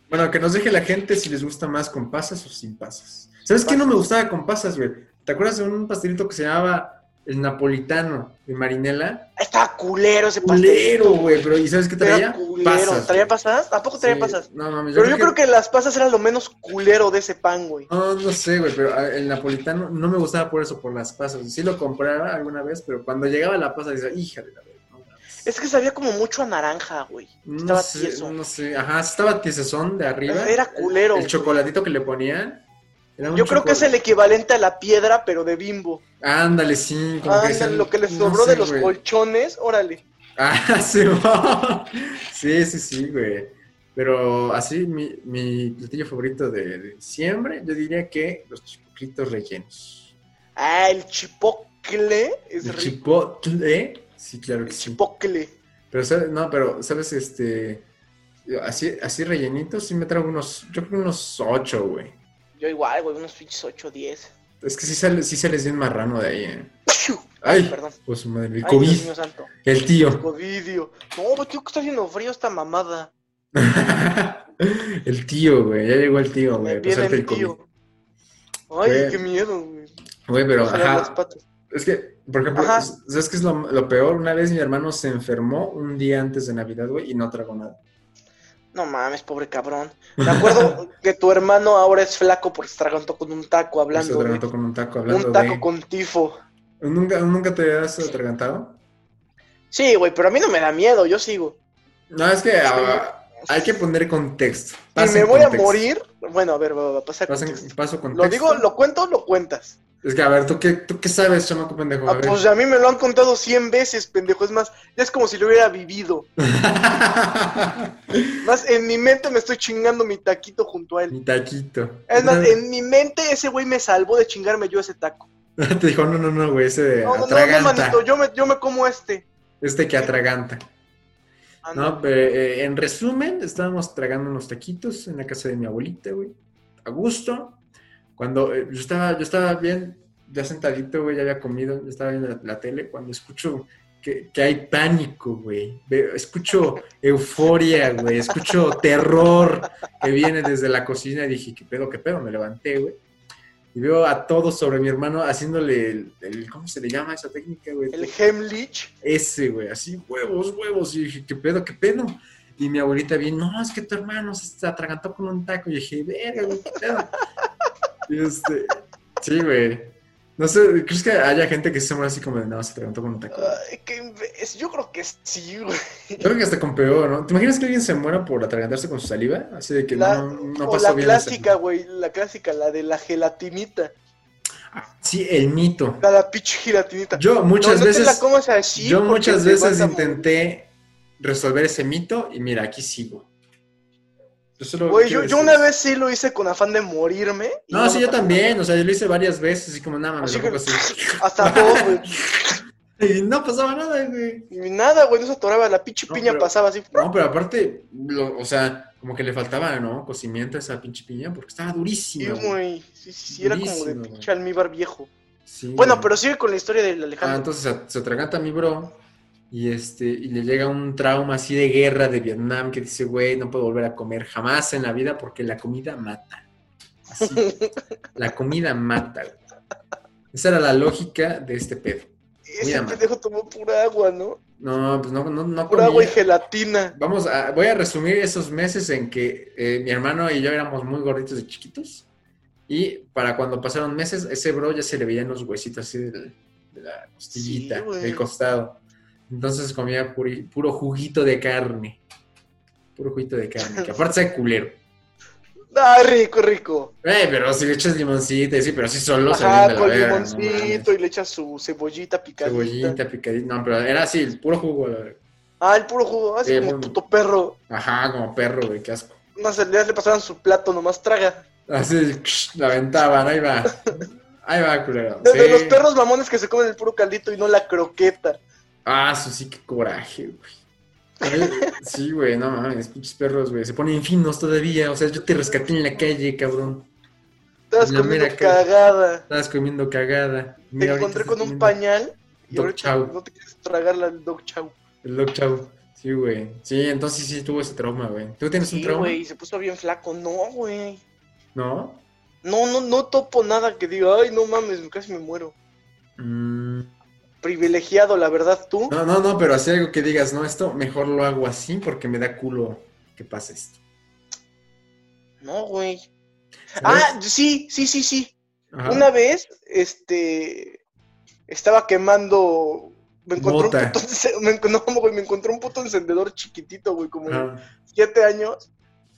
Speaker 2: Bueno, que nos deje la gente si les gusta más con pasas o sin pasas. ¿Sabes qué no me gustaba con pasas, güey? ¿Te acuerdas de un pastelito que se llamaba el napolitano de marinela?
Speaker 1: Estaba culero ese pastel.
Speaker 2: Culero, güey, pero ¿y sabes qué traía?
Speaker 1: Era culero.
Speaker 2: Pasas.
Speaker 1: ¿Traía
Speaker 2: güey.
Speaker 1: pasas? ¿A poco traía
Speaker 2: Sí.
Speaker 1: pasas?
Speaker 2: No, mames,
Speaker 1: Pero yo creo que las pasas eran lo menos culero de ese pan, güey.
Speaker 2: No, no sé, güey, pero ah, el napolitano no me gustaba por eso, por las pasas. Sí lo compraba alguna vez, pero cuando llegaba la pasa decía, hija de la verga, no mames".
Speaker 1: Es que sabía como mucho a naranja, güey.
Speaker 2: No
Speaker 1: Estaba
Speaker 2: sé,
Speaker 1: tieso.
Speaker 2: No sé, ajá, estaba tiesezón de arriba.
Speaker 1: Era culero.
Speaker 2: El chocolatito que le ponían. era un
Speaker 1: Yo creo que es
Speaker 2: chocolate-
Speaker 1: el equivalente a la piedra, pero de bimbo.
Speaker 2: Ándale, sí. como
Speaker 1: Ándale,
Speaker 2: dicen,
Speaker 1: lo que les
Speaker 2: no
Speaker 1: sobró
Speaker 2: sé,
Speaker 1: de los
Speaker 2: güey.
Speaker 1: colchones, órale.
Speaker 2: Ah, sí, va. sí, sí, sí, güey. Pero así, mi, mi platillo favorito de, de diciembre, yo diría que los chipoquitos rellenos.
Speaker 1: Ah, el chipocle es
Speaker 2: El
Speaker 1: rico.
Speaker 2: chipotle, sí, claro que
Speaker 1: El
Speaker 2: sí.
Speaker 1: chipocle.
Speaker 2: Pero, ¿sabes? No, pero, ¿sabes? Este, así, así rellenitos, sí me traigo unos, yo creo que unos ocho, güey.
Speaker 1: Yo igual, güey, unos pinches 8 o 10.
Speaker 2: Es que sí sale, sí sales bien marrano de ahí, ¿eh? Ay,
Speaker 1: Perdón.
Speaker 2: pues madre, el
Speaker 1: Ay, Dios
Speaker 2: COVID,
Speaker 1: mío santo.
Speaker 2: el tío.
Speaker 1: Covidio. No, güey, tío, que está haciendo frío esta mamada.
Speaker 2: el tío, güey. Ya llegó el tío, güey.
Speaker 1: Viene
Speaker 2: pasarte
Speaker 1: mi
Speaker 2: el COVID.
Speaker 1: tío. Ay,
Speaker 2: Güey.
Speaker 1: qué miedo, güey.
Speaker 2: Güey, pero
Speaker 1: Se dan las
Speaker 2: ajá.
Speaker 1: patas.
Speaker 2: Es que, por ejemplo,
Speaker 1: Ajá.
Speaker 2: ¿sabes qué es lo, lo peor? Una vez mi hermano se enfermó un día antes de Navidad, güey, y no tragó nada.
Speaker 1: No mames, pobre cabrón. Me acuerdo que tu hermano ahora es flaco porque se tragantó con un taco
Speaker 2: Se
Speaker 1: hablando. de-
Speaker 2: atragantó con un taco hablando
Speaker 1: un taco
Speaker 2: de.
Speaker 1: con tifo.
Speaker 2: ¿Nunca, ¿Nunca te habías atragantado?
Speaker 1: Sí, güey, pero a mí no me da miedo, yo sigo.
Speaker 2: No, es que ah, hay que poner contexto.
Speaker 1: Si
Speaker 2: Pasa
Speaker 1: me
Speaker 2: en
Speaker 1: voy
Speaker 2: contexto.
Speaker 1: a morir, bueno, a ver, va, va, va, pasa
Speaker 2: Pasa en-
Speaker 1: contexto.
Speaker 2: paso contexto.
Speaker 1: Lo digo, lo cuento, lo cuentas.
Speaker 2: Es que, a ver, ¿tú qué, tú qué sabes, chamaco pendejo? A
Speaker 1: Ah,
Speaker 2: ver.
Speaker 1: pues a mí me lo han contado 100 veces, pendejo. Es más, ya es como si lo hubiera vivido. Más, en mi mente me estoy chingando mi taquito junto a él.
Speaker 2: Mi taquito.
Speaker 1: Es más, en mi mente ese güey me salvó de chingarme yo ese taco.
Speaker 2: Te dijo, no, no, no, güey, ese de
Speaker 1: No, no, no,
Speaker 2: atraganta.
Speaker 1: manito, yo me, yo me como este.
Speaker 2: Este que atraganta.
Speaker 1: Ah, no.
Speaker 2: No, pero eh, en resumen, estábamos tragando unos taquitos en la casa de mi abuelita, güey. A gusto. Cuando eh, yo estaba, yo estaba bien, ya sentadito, güey, ya había comido, yo estaba viendo la, la tele, cuando escucho que, que hay pánico, güey. Ve- Escucho euforia, güey. Escucho terror que viene desde la cocina y dije, ¿qué pedo, qué pedo? Me levanté, güey. Y veo a todos sobre mi hermano haciéndole el, el- ¿cómo se le llama esa técnica, güey?
Speaker 1: El Hemlich.
Speaker 2: ese, güey, así, huevos, huevos. Y dije, ¿qué pedo, qué pedo? Y mi abuelita bien, no, es que tu hermano se se atragantó con un taco. Y dije, verga, güey, qué pedo. Y este, sí, güey. No sé, ¿crees que haya gente que se muera así como de, no, se atragantó con un taco?
Speaker 1: Ay, qué imbécil. yo creo que sí, güey.
Speaker 2: Yo Creo que hasta con peor, ¿no? ¿Te imaginas que alguien se muera por atragantarse con su saliva? Así de que
Speaker 1: La-
Speaker 2: no, no
Speaker 1: o
Speaker 2: pasó
Speaker 1: la
Speaker 2: bien. ese-
Speaker 1: clásica, güey. La clásica, la de la gelatinita.
Speaker 2: Sí, el mito.
Speaker 1: La, la pinche gelatinita.
Speaker 2: Yo muchas
Speaker 1: no, no
Speaker 2: veces...
Speaker 1: te la comas así.
Speaker 2: Yo
Speaker 1: porque
Speaker 2: muchas
Speaker 1: te
Speaker 2: veces
Speaker 1: vas a morir.
Speaker 2: intenté resolver ese mito y mira, aquí sigo. Yo solo
Speaker 1: Güey,
Speaker 2: quiero
Speaker 1: yo, yo
Speaker 2: decir
Speaker 1: una
Speaker 2: eso.
Speaker 1: vez sí lo hice con afán de morirme. y
Speaker 2: No, Ah, sí,
Speaker 1: me
Speaker 2: yo
Speaker 1: pasó
Speaker 2: también. O sea, yo lo hice varias veces, así como nada más. pues
Speaker 1: Así
Speaker 2: Así
Speaker 1: que- nada. Hasta todos, güey.
Speaker 2: Y no pasaba nada, güey.
Speaker 1: Y nada, güey, no se atoraba. La pinche
Speaker 2: No,
Speaker 1: piña
Speaker 2: pero-
Speaker 1: pasaba así.
Speaker 2: No, pero aparte, lo- o sea, como que le faltaba, ¿no? Cocimiento a esa pinche piña porque estaba
Speaker 1: Sí,
Speaker 2: durísima. güey.
Speaker 1: güey. Sí, sí, sí, era como de
Speaker 2: Durísimo,
Speaker 1: pinche almíbar viejo.
Speaker 2: Sí,
Speaker 1: Bueno,
Speaker 2: güey.
Speaker 1: pero sigue con la historia del
Speaker 2: Ah,
Speaker 1: Alejandro.
Speaker 2: entonces se- se atraganta a mi bro y este y le llega un trauma así de guerra de Vietnam que dice, güey, no puedo volver a comer jamás en la vida porque la comida mata. Así, la comida mata. güey. Esa era la lógica de este pedo.
Speaker 1: Ese
Speaker 2: mira, man.
Speaker 1: pendejo tomó pura agua, ¿no?
Speaker 2: No, pues no, no, no
Speaker 1: Pura agua y
Speaker 2: comía.
Speaker 1: gelatina.
Speaker 2: Vamos a, voy a resumir esos meses en que eh, mi hermano y yo éramos muy gorditos de chiquitos. Y para cuando pasaron meses, ese bro ya se le veían los huesitos así del- de la costillita,
Speaker 1: Sí, güey.
Speaker 2: del costado. Entonces comía puri- puro juguito de carne. Puro juguito de carne, que aparte sea culero.
Speaker 1: Ah, rico, rico.
Speaker 2: Eh, pero si le echas limoncito, y sí, pero así solo
Speaker 1: Ajá,
Speaker 2: salían de la
Speaker 1: con
Speaker 2: verga, no
Speaker 1: limoncito y le echas su cebollita
Speaker 2: mames.
Speaker 1: picadita.
Speaker 2: Cebollita, picadita. No, pero era así, el puro jugo. la verga.
Speaker 1: Ah, el puro jugo, así
Speaker 2: Sí,
Speaker 1: como
Speaker 2: muy-
Speaker 1: puto perro.
Speaker 2: Ajá, como perro, güey, qué asco.
Speaker 1: Unas aldeas le pasaban su plato, nomás traga.
Speaker 2: Así, la aventaban, ahí va. Ahí va, culero.
Speaker 1: De, de
Speaker 2: Sí.
Speaker 1: los perros mamones que se comen el puro caldito y no la croqueta.
Speaker 2: Ah, eso sí, qué coraje, güey. Ay, Sí, güey, no mames, pinches perros, güey. Se ponen finos todavía. O sea, yo te rescaté en la calle, cabrón.
Speaker 1: Estabas
Speaker 2: No,
Speaker 1: comiendo
Speaker 2: mira que-
Speaker 1: cagada.
Speaker 2: Estabas comiendo cagada.
Speaker 1: Te
Speaker 2: Mira, ahorita
Speaker 1: encontré
Speaker 2: estás
Speaker 1: con un
Speaker 2: comiendo
Speaker 1: pañal y
Speaker 2: Dog
Speaker 1: ahorita
Speaker 2: chow.
Speaker 1: no te quieres tragar la dog chow.
Speaker 2: El dog chow. Sí, güey. Sí, entonces sí tuvo ese trauma, güey. ¿Tú tienes un
Speaker 1: Sí,
Speaker 2: trauma?
Speaker 1: güey, se puso bien flaco. No, güey.
Speaker 2: ¿No?
Speaker 1: No, no, no topo nada que diga, ay, no mames, casi me muero.
Speaker 2: Mm,
Speaker 1: Privilegiado, la verdad, tú.
Speaker 2: No, no, no, pero así algo que digas, no, esto mejor lo hago así porque me da culo que pase esto.
Speaker 1: No, güey.
Speaker 2: ¿Sabes?
Speaker 1: Ah, sí, sí, sí, sí.
Speaker 2: Ajá.
Speaker 1: Una vez, este, estaba quemando, me encontré
Speaker 2: Mota.
Speaker 1: un puto, ence- me, enco- no, güey, me encontré un puto encendedor chiquitito, güey, como de
Speaker 2: Ajá.
Speaker 1: siete años,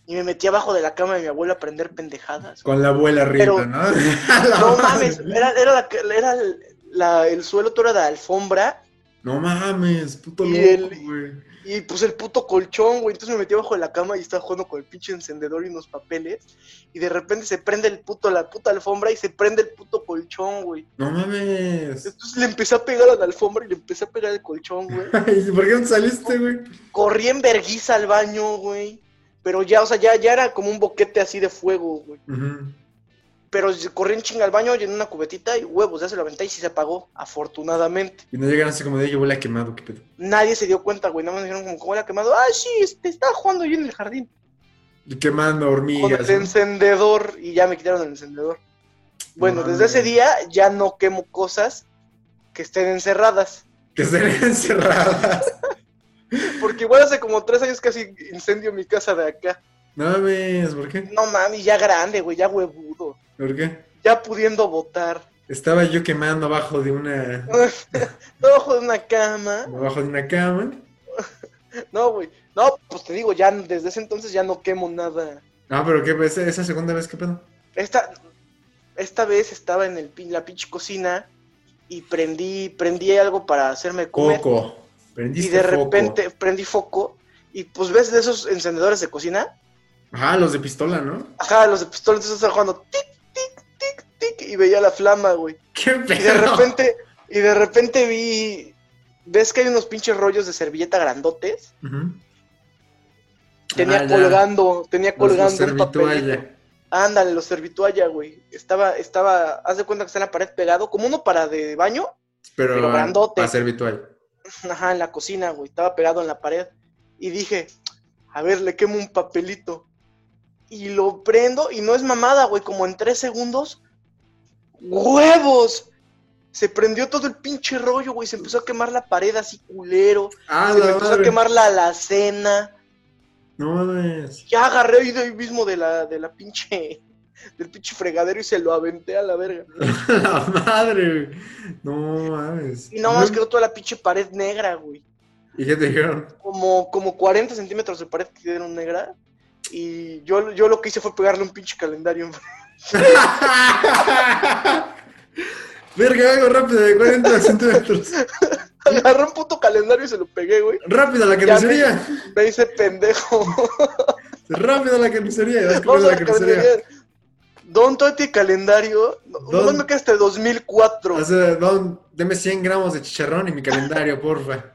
Speaker 1: y me metí abajo de la cama de mi abuela a prender pendejadas.
Speaker 2: Con la abuela riendo,
Speaker 1: Pero-
Speaker 2: ¿no? La
Speaker 1: No
Speaker 2: madre.
Speaker 1: mames, era, era, la, que- era el- la- el suelo todo era de alfombra,
Speaker 2: No mames, puto
Speaker 1: Y
Speaker 2: loco,
Speaker 1: el-
Speaker 2: güey.
Speaker 1: y pues el puto colchón, güey, entonces me metí abajo de la cama y estaba jugando con el pinche encendedor y unos papeles, y de repente se prende el puto, la puta alfombra y se prende el puto colchón, güey.
Speaker 2: No mames.
Speaker 1: Entonces le empecé a pegar a la alfombra y le empecé a pegar al colchón, güey.
Speaker 2: Ay, ¿Por qué no saliste, güey?
Speaker 1: Corrí en verguiza al baño, güey. Pero ya, o sea, ya, ya era como un boquete así de fuego, güey.
Speaker 2: Ujú.
Speaker 1: Pero se- corrí en chinga al baño, llené una cubetita y huevos, ya se lo aventé y sí se apagó, afortunadamente.
Speaker 2: Y no llegaron así como de, yo huele a quemado, qué pedo.
Speaker 1: Nadie se dio cuenta, güey. Nada más dijeron como, ¿cómo la quemado? Ah, sí, este, estaba jugando yo en el jardín.
Speaker 2: Y quemando
Speaker 1: Con
Speaker 2: hormigas.
Speaker 1: el encendedor y ya me quitaron el encendedor. Bueno,
Speaker 2: No
Speaker 1: desde
Speaker 2: mames.
Speaker 1: ese día ya no quemo cosas que estén encerradas.
Speaker 2: ¿no? Que estén encerradas.
Speaker 1: Porque igual hace como tres años casi incendio mi casa de acá.
Speaker 2: No mames, ¿por qué?
Speaker 1: No mami, ya grande, güey, ya huevudo.
Speaker 2: ¿Por qué?
Speaker 1: Ya pudiendo votar.
Speaker 2: Estaba yo quemando abajo de una,
Speaker 1: Debajo de una cama.
Speaker 2: abajo de una cama.
Speaker 1: No, güey. No, pues te digo, ya desde ese entonces ya no quemo nada.
Speaker 2: No, Ah, pero qué, esa, esa segunda vez, qué pedo.
Speaker 1: Esta, esta vez estaba en el, pin- la pinche cocina y prendí, prendí algo para hacerme comer.
Speaker 2: Coco.
Speaker 1: y
Speaker 2: Prendiste
Speaker 1: de
Speaker 2: foco.
Speaker 1: repente prendí foco. Y pues ves de esos encendedores de cocina.
Speaker 2: Ajá, los de pistola, ¿no?
Speaker 1: Ajá, los de pistola, entonces estaba jugando tic, tic, tic, tic. Y veía la flama, güey.
Speaker 2: ¿Qué pedo?
Speaker 1: Y de repente, y de repente vi. ¿Ves que hay unos pinches rollos de servilleta grandotes?
Speaker 2: Ujú.
Speaker 1: Tenía
Speaker 2: Ah, ya.
Speaker 1: colgando, tenía
Speaker 2: Los- los
Speaker 1: colgando un
Speaker 2: servitualla.
Speaker 1: papelito. Ándale, los servitualla, güey. Estaba, estaba, haz de cuenta que está en la pared pegado, como uno para de baño,
Speaker 2: Pero,
Speaker 1: Pero grandote.
Speaker 2: Para servitual.
Speaker 1: ajá, en la cocina, güey. Estaba pegado en la pared. Y dije, a ver, le quemo un papelito. Y lo prendo, y no es mamada, güey, como en tres segundos. ¡Huevos! Se prendió todo el pinche rollo, güey. Se empezó a quemar la pared así culero.
Speaker 2: Ah,
Speaker 1: Se me
Speaker 2: la
Speaker 1: empezó a
Speaker 2: madre.
Speaker 1: quemar la alacena.
Speaker 2: No mames.
Speaker 1: Ya agarré y de ahí mismo de la, de la pinche. Del pinche fregadero y se lo aventé a la verga.
Speaker 2: la madre, güey. No mames.
Speaker 1: Y nada más quedó toda la pinche pared negra, güey.
Speaker 2: ¿Y qué te dijeron?
Speaker 1: Como, como 40 centímetros de pared que quedaron negra. Y yo, yo lo que hice fue pegarle un pinche calendario. enfrente.
Speaker 2: Verga, algo rápido de 40 centímetros.
Speaker 1: Agarré un puto calendario y se lo pegué, güey.
Speaker 2: Rápido a la
Speaker 1: Ya,
Speaker 2: carnicería.
Speaker 1: Me hice pendejo.
Speaker 2: Se Rápido a la carnicería. y vas
Speaker 1: Vamos
Speaker 2: corriendo
Speaker 1: a la carnicería. Don Toti Calendario. No,
Speaker 2: Don-
Speaker 1: bueno que hasta 2004.
Speaker 2: O sea, don, deme 100 gramos de chicharrón y mi calendario, porfa.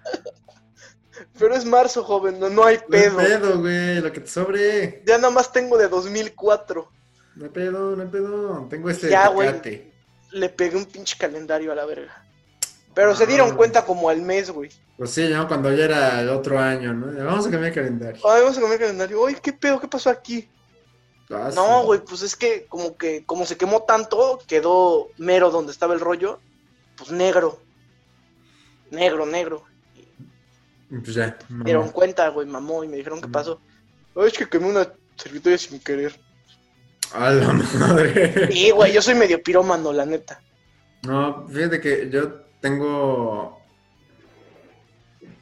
Speaker 1: Pero es marzo, joven. No, no hay
Speaker 2: No hay
Speaker 1: pedo.
Speaker 2: pedo, güey, lo que te sobre.
Speaker 1: Ya nada más tengo de 2004.
Speaker 2: No hay pedo, no hay pedo. Tengo este
Speaker 1: Ya, güey.
Speaker 2: tecate.
Speaker 1: Le pegué un pinche calendario a la verga. Pero se
Speaker 2: Ah.
Speaker 1: dieron cuenta como al mes, güey.
Speaker 2: Pues sí, ¿no? Cuando ya era el otro año, ¿no? Ya, Vamos a cambiar el calendario.
Speaker 1: Ay, vamos a comer calendario. Oye, ¿qué pedo? ¿Qué pasó aquí?
Speaker 2: Ah,
Speaker 1: No,
Speaker 2: sí.
Speaker 1: güey, pues es que como que como se quemó tanto, quedó mero donde estaba el rollo, pues negro. Negro, negro.
Speaker 2: Y Pues ya. mamá.
Speaker 1: Me dieron cuenta, güey, mamó, y me dijeron qué
Speaker 2: Mm.
Speaker 1: pasó. Ay, es que quemé una servitoria sin querer.
Speaker 2: A la madre.
Speaker 1: Sí, güey, yo soy medio pirómano, la neta.
Speaker 2: No, fíjate que yo tengo.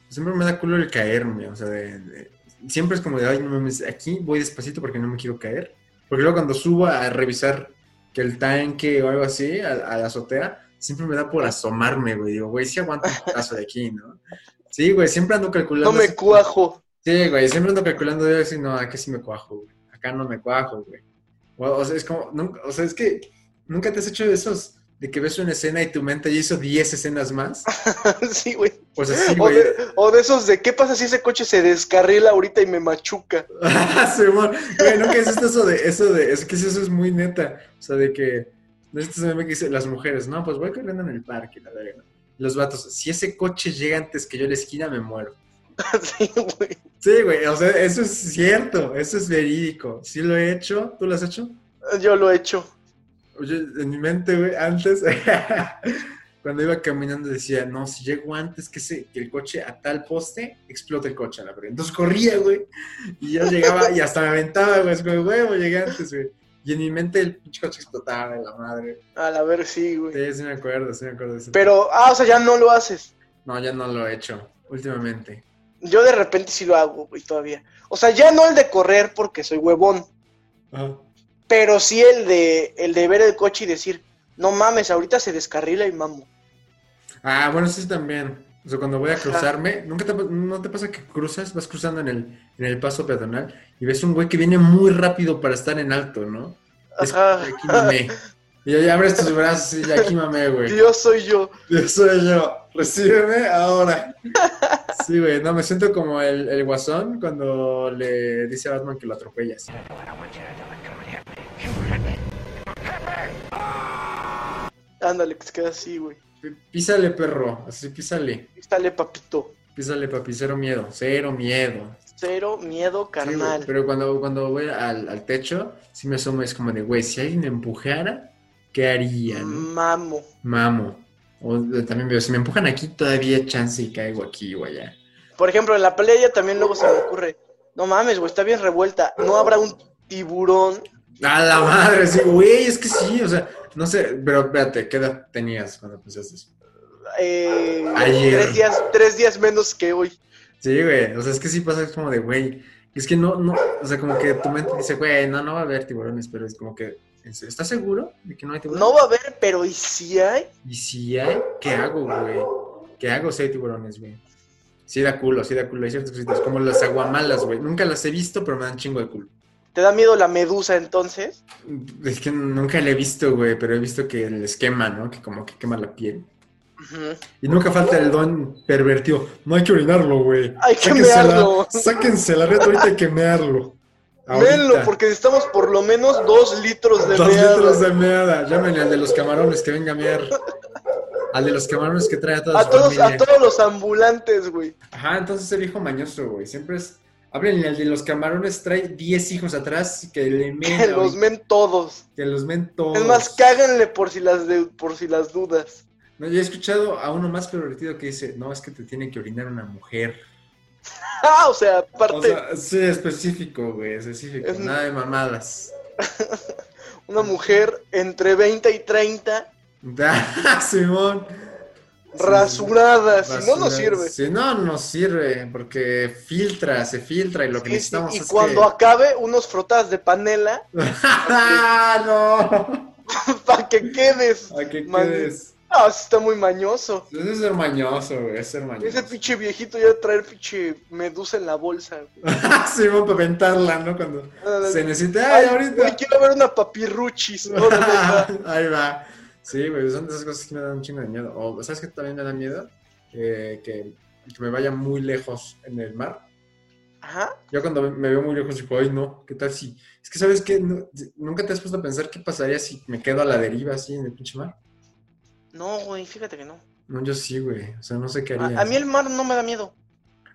Speaker 2: Siempre me da culo el caerme, o sea, de- de- siempre es como de, ay, no mames, aquí voy despacito porque no me quiero caer. Porque luego cuando subo a revisar que el tanque o algo así a, a la azotea, siempre me da por asomarme, güey. Digo, güey, sí aguanto un paso de aquí, ¿no? Sí, güey, siempre ando calculando.
Speaker 1: No me
Speaker 2: así-
Speaker 1: cuajo.
Speaker 2: Sí, güey, siempre ando calculando yo así, no, aquí sí me cuajo, güey. Acá no me cuajo, güey. O, o sea, es como, nunca, o sea, es que nunca te has hecho de esos, de que ves una escena y tu mente ya hizo 10 escenas más.
Speaker 1: sí, güey.
Speaker 2: Pues así,
Speaker 1: O
Speaker 2: güey.
Speaker 1: de, o de esos de qué pasa si ese coche se descarrila ahorita y me machuca.
Speaker 2: Ah, Simón. Güey, nunca hiciste eso de, eso de, es que eso es muy neta. O sea, de que, no es este meme que dice, las mujeres, no, pues voy corriendo en el parque, la verga. Los vatos, si ese coche llega antes que yo a la esquina, me muero.
Speaker 1: sí, güey.
Speaker 2: Sí, güey, o sea, eso es cierto, eso es verídico. Sí lo he hecho, ¿tú lo has hecho?
Speaker 1: Yo lo he hecho.
Speaker 2: Oye, en mi mente, güey, antes, cuando iba caminando decía, no, si llego antes que, ese- que el coche a tal poste, explota el coche a la verga. Entonces corría, güey, y yo llegaba y hasta me aventaba, güey, es como, huevo, llegué antes, güey. Y en mi mente el pinche coche explotaba, la madre.
Speaker 1: A la ver, sí, güey.
Speaker 2: Sí, sí me acuerdo, sí me acuerdo de eso.
Speaker 1: Pero, ah, o sea, ya no lo haces.
Speaker 2: No, ya no lo he hecho, últimamente.
Speaker 1: Yo de repente sí lo hago, güey, todavía. O sea, ya no el de correr porque soy huevón,
Speaker 2: Ajá.
Speaker 1: pero sí el de, el de ver el coche y decir, no mames, ahorita se descarrila y mamo.
Speaker 2: Ah, bueno, sí también. O sea, cuando voy a cruzarme, ¿nunca te, pa- no te pasa que cruzas, vas cruzando en el, en el paso peatonal y ves un güey que viene muy rápido para estar en alto, ¿no? Es
Speaker 1: Ajá.
Speaker 2: aquí mamé. Y ya- ya abres tus brazos y ya aquí mamé, güey.
Speaker 1: Yo soy yo.
Speaker 2: Yo soy yo. Recíbeme ahora. Sí, güey. No, me siento como el, el guasón cuando le dice a Batman que lo atropellas.
Speaker 1: Ándale, que se queda así, güey.
Speaker 2: P- Písale, perro. Así, písale.
Speaker 1: Dale, papito.
Speaker 2: Písale, papi. Cero miedo. Cero miedo.
Speaker 1: Cero miedo,
Speaker 2: Sí, güey,
Speaker 1: carnal.
Speaker 2: pero cuando, cuando voy al, al techo, si me asomo, es como de, güey, si alguien me empujara, ¿qué haría?
Speaker 1: Mm.
Speaker 2: no?
Speaker 1: Mamo.
Speaker 2: Mamo. O de- también veo, si me empujan aquí, todavía chance y caigo aquí o allá.
Speaker 1: Por ejemplo, en la playa también luego se me ocurre, no mames, güey, está bien revuelta. No habrá un tiburón.
Speaker 2: A la madre, sí, güey, es que sí, o sea, no sé, pero espérate, ¿qué edad tenías cuando pensaste eso?
Speaker 1: eh,
Speaker 2: Ayer.
Speaker 1: tres, días, tres días menos que hoy.
Speaker 2: Sí, güey, o sea, es que sí pasa, es como de, güey, es que no, no, o sea, como que tu mente dice, güey, no, no va a haber tiburones, pero es como que, ¿estás seguro de que no hay tiburones?
Speaker 1: No va a haber, pero ¿y si hay?
Speaker 2: Y si hay, ¿qué hago, güey? ¿Qué hago si hay tiburones, güey? Sí da culo, sí da culo. Hay ciertas cositas como las aguamalas, güey. Nunca las he visto, pero me dan chingo de culo.
Speaker 1: ¿Te da miedo la medusa entonces?
Speaker 2: Es que nunca la he visto, güey, pero he visto que les quema, ¿no? Que como que quema la piel.
Speaker 1: Ujú.
Speaker 2: Y nunca falta el don pervertido. No hay que orinarlo, güey.
Speaker 1: Hay que
Speaker 2: Sáquense la-
Speaker 1: mearlo.
Speaker 2: Sáquense la red ahorita hay que mearlo.
Speaker 1: Venlo,
Speaker 2: Ahorita.
Speaker 1: porque necesitamos por lo menos dos litros de
Speaker 2: Dos
Speaker 1: meada.
Speaker 2: litros de meada. Llámenle al de los camarones que venga a mear. Al de los camarones que trae a toda
Speaker 1: A
Speaker 2: su
Speaker 1: todos,
Speaker 2: familia.
Speaker 1: a todos los ambulantes, güey.
Speaker 2: Ajá, entonces el hijo mañoso, güey. Siempre es. Háblenle al de los camarones, trae 10 hijos atrás que le men,
Speaker 1: Que los ven todos.
Speaker 2: que los men todos.
Speaker 1: Es más, cáganle por si las de, por si las dudas.
Speaker 2: No, yo he escuchado a uno más pervertido que dice: No, es que te tiene que orinar una mujer.
Speaker 1: Ah, o sea, aparte,
Speaker 2: O sea, sí, específico, güey, específico.
Speaker 1: Es-
Speaker 2: Nada de mamadas.
Speaker 1: una mujer entre 20 y 30
Speaker 2: Da, Simón.
Speaker 1: rasurada,
Speaker 2: Sí,
Speaker 1: si no nos
Speaker 2: basura.
Speaker 1: sirve.
Speaker 2: Sí, no, no nos sirve, porque filtra, se filtra y lo
Speaker 1: Sí,
Speaker 2: que
Speaker 1: sí,
Speaker 2: necesitamos
Speaker 1: y
Speaker 2: es
Speaker 1: cuando acabe, unos frotadas de panela
Speaker 2: que... ¡Ah, no!
Speaker 1: para que quedes.
Speaker 2: ¿A qué
Speaker 1: Man-
Speaker 2: quieres?
Speaker 1: No, sí está muy mañoso.
Speaker 2: Ese Pues es hermañoso, güey, es hermañoso.
Speaker 1: Ese pinche viejito ya traer pinche medusa en la bolsa. güey.
Speaker 2: sí, vamos a ventarla, ¿no? Cuando se necesita, ay,
Speaker 1: güey,
Speaker 2: ahorita.
Speaker 1: quiero ver una papirruchis. ¿no? De verdad.
Speaker 2: Ahí va. Sí, güey, son de esas cosas que me dan un chingo de miedo. O, ¿sabes qué también me da miedo? Eh, que, que me vaya muy lejos en el mar.
Speaker 1: Ajá.
Speaker 2: Yo cuando me- me veo muy lejos digo, ay no, ¿qué tal si? Es que sabes que nunca te has puesto a pensar qué pasaría si me quedo a la deriva así en el pinche mar.
Speaker 1: No, güey, fíjate que no.
Speaker 2: No, yo sí, güey. O sea, no sé qué haría.
Speaker 1: A, a mí el mar no me da miedo.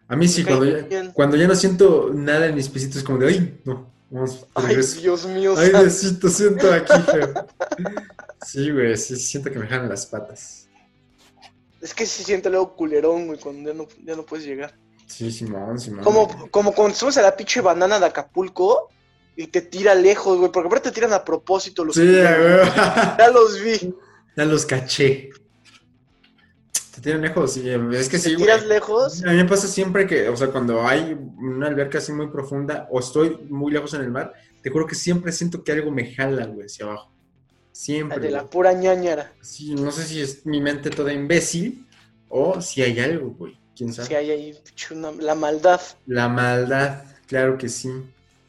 Speaker 2: A mí sí,
Speaker 1: Ok,
Speaker 2: cuando, ya,
Speaker 1: bien.
Speaker 2: cuando ya no siento nada en mis pisitos, es como de, ay, no, vamos, de
Speaker 1: Ay,
Speaker 2: regreso.
Speaker 1: Dios mío.
Speaker 2: Ay,
Speaker 1: santo.
Speaker 2: Diosito, siento aquí, feo. Sí, güey, sí, siento que me jalan las patas.
Speaker 1: Es que se siente luego culerón, güey, cuando ya no, ya no puedes llegar.
Speaker 2: Sí, Simón, Simón.
Speaker 1: Como, como cuando subes a la pinche banana de Acapulco y te tira lejos, güey, porque aparte te tiran a propósito los
Speaker 2: Sí,
Speaker 1: culeros.
Speaker 2: güey.
Speaker 1: Ya los vi.
Speaker 2: Ya los caché. Te tiran lejos, sí, es que sí, güey.
Speaker 1: Tiras lejos.
Speaker 2: A mí me pasa siempre que, o sea, cuando hay una alberca así muy profunda o estoy muy lejos en el mar, te juro que siempre siento que algo me jala, güey, hacia abajo. Siempre.
Speaker 1: De la
Speaker 2: güey.
Speaker 1: pura ñañara.
Speaker 2: Sí, no sé si es mi mente toda imbécil o si hay algo, güey. ¿Quién sabe?
Speaker 1: Si hay ahí pinche una- la maldad.
Speaker 2: La maldad, claro que sí.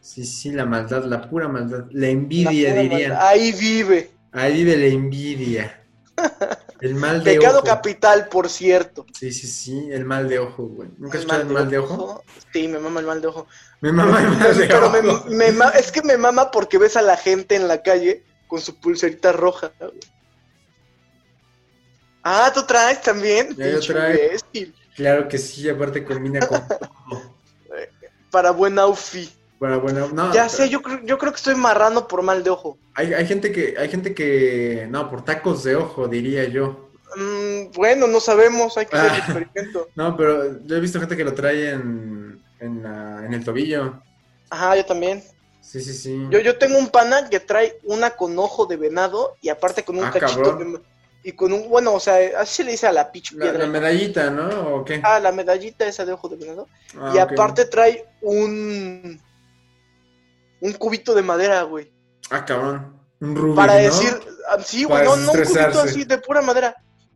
Speaker 2: Sí, sí, la maldad, la pura maldad. La
Speaker 1: la
Speaker 2: envidia,
Speaker 1: pura
Speaker 2: dirían.
Speaker 1: maldad. Ahí vive.
Speaker 2: Ahí vive la envidia. El mal de
Speaker 1: Pecado
Speaker 2: ojo.
Speaker 1: capital, por cierto.
Speaker 2: Sí, sí, sí, el mal de ojo, güey. ¿Nunca has
Speaker 1: El
Speaker 2: escuchado el mal de ojo?
Speaker 1: Sí, me mama el mal de ojo.
Speaker 2: Me mama el mal de
Speaker 1: Pero me-
Speaker 2: ojo.
Speaker 1: me ma- es que me mama porque ves a la gente en la calle con su pulserita roja. Ah, tú traes también.
Speaker 2: Ya yo
Speaker 1: Pinche
Speaker 2: traigo.
Speaker 1: imbécil.
Speaker 2: Claro que sí, aparte combina con todo.
Speaker 1: Para buen outfit.
Speaker 2: Para bueno, no.
Speaker 1: ya sé, yo, creo- yo creo que estoy marrano por mal de ojo.
Speaker 2: Hay, hay gente que, hay gente que, no, por tacos de ojo, diría yo.
Speaker 1: Mm, bueno, no sabemos, hay que hacer el
Speaker 2: Ah.
Speaker 1: experimento.
Speaker 2: No, pero yo he visto gente que lo trae en, en, la- en el tobillo.
Speaker 1: Ajá, yo también.
Speaker 2: Sí, sí, sí.
Speaker 1: Yo, yo tengo un pana que trae una con ojo de venado y aparte con un
Speaker 2: Ah,
Speaker 1: cachito
Speaker 2: cabrón.
Speaker 1: de- Y con un, bueno, o sea, así se le dice a la pinche
Speaker 2: la,
Speaker 1: piedra.
Speaker 2: la medallita, ¿no? ¿O qué?
Speaker 1: Ah, la medallita esa de ojo de venado.
Speaker 2: Ah,
Speaker 1: y
Speaker 2: ok.
Speaker 1: aparte trae un un cubito de madera, güey.
Speaker 2: Ah, cabrón. Un rubí,
Speaker 1: Para
Speaker 2: ¿no?
Speaker 1: decir, ah, sí, güey,
Speaker 2: Para
Speaker 1: no, no un cubito
Speaker 2: desestresarse.
Speaker 1: así de pura madera.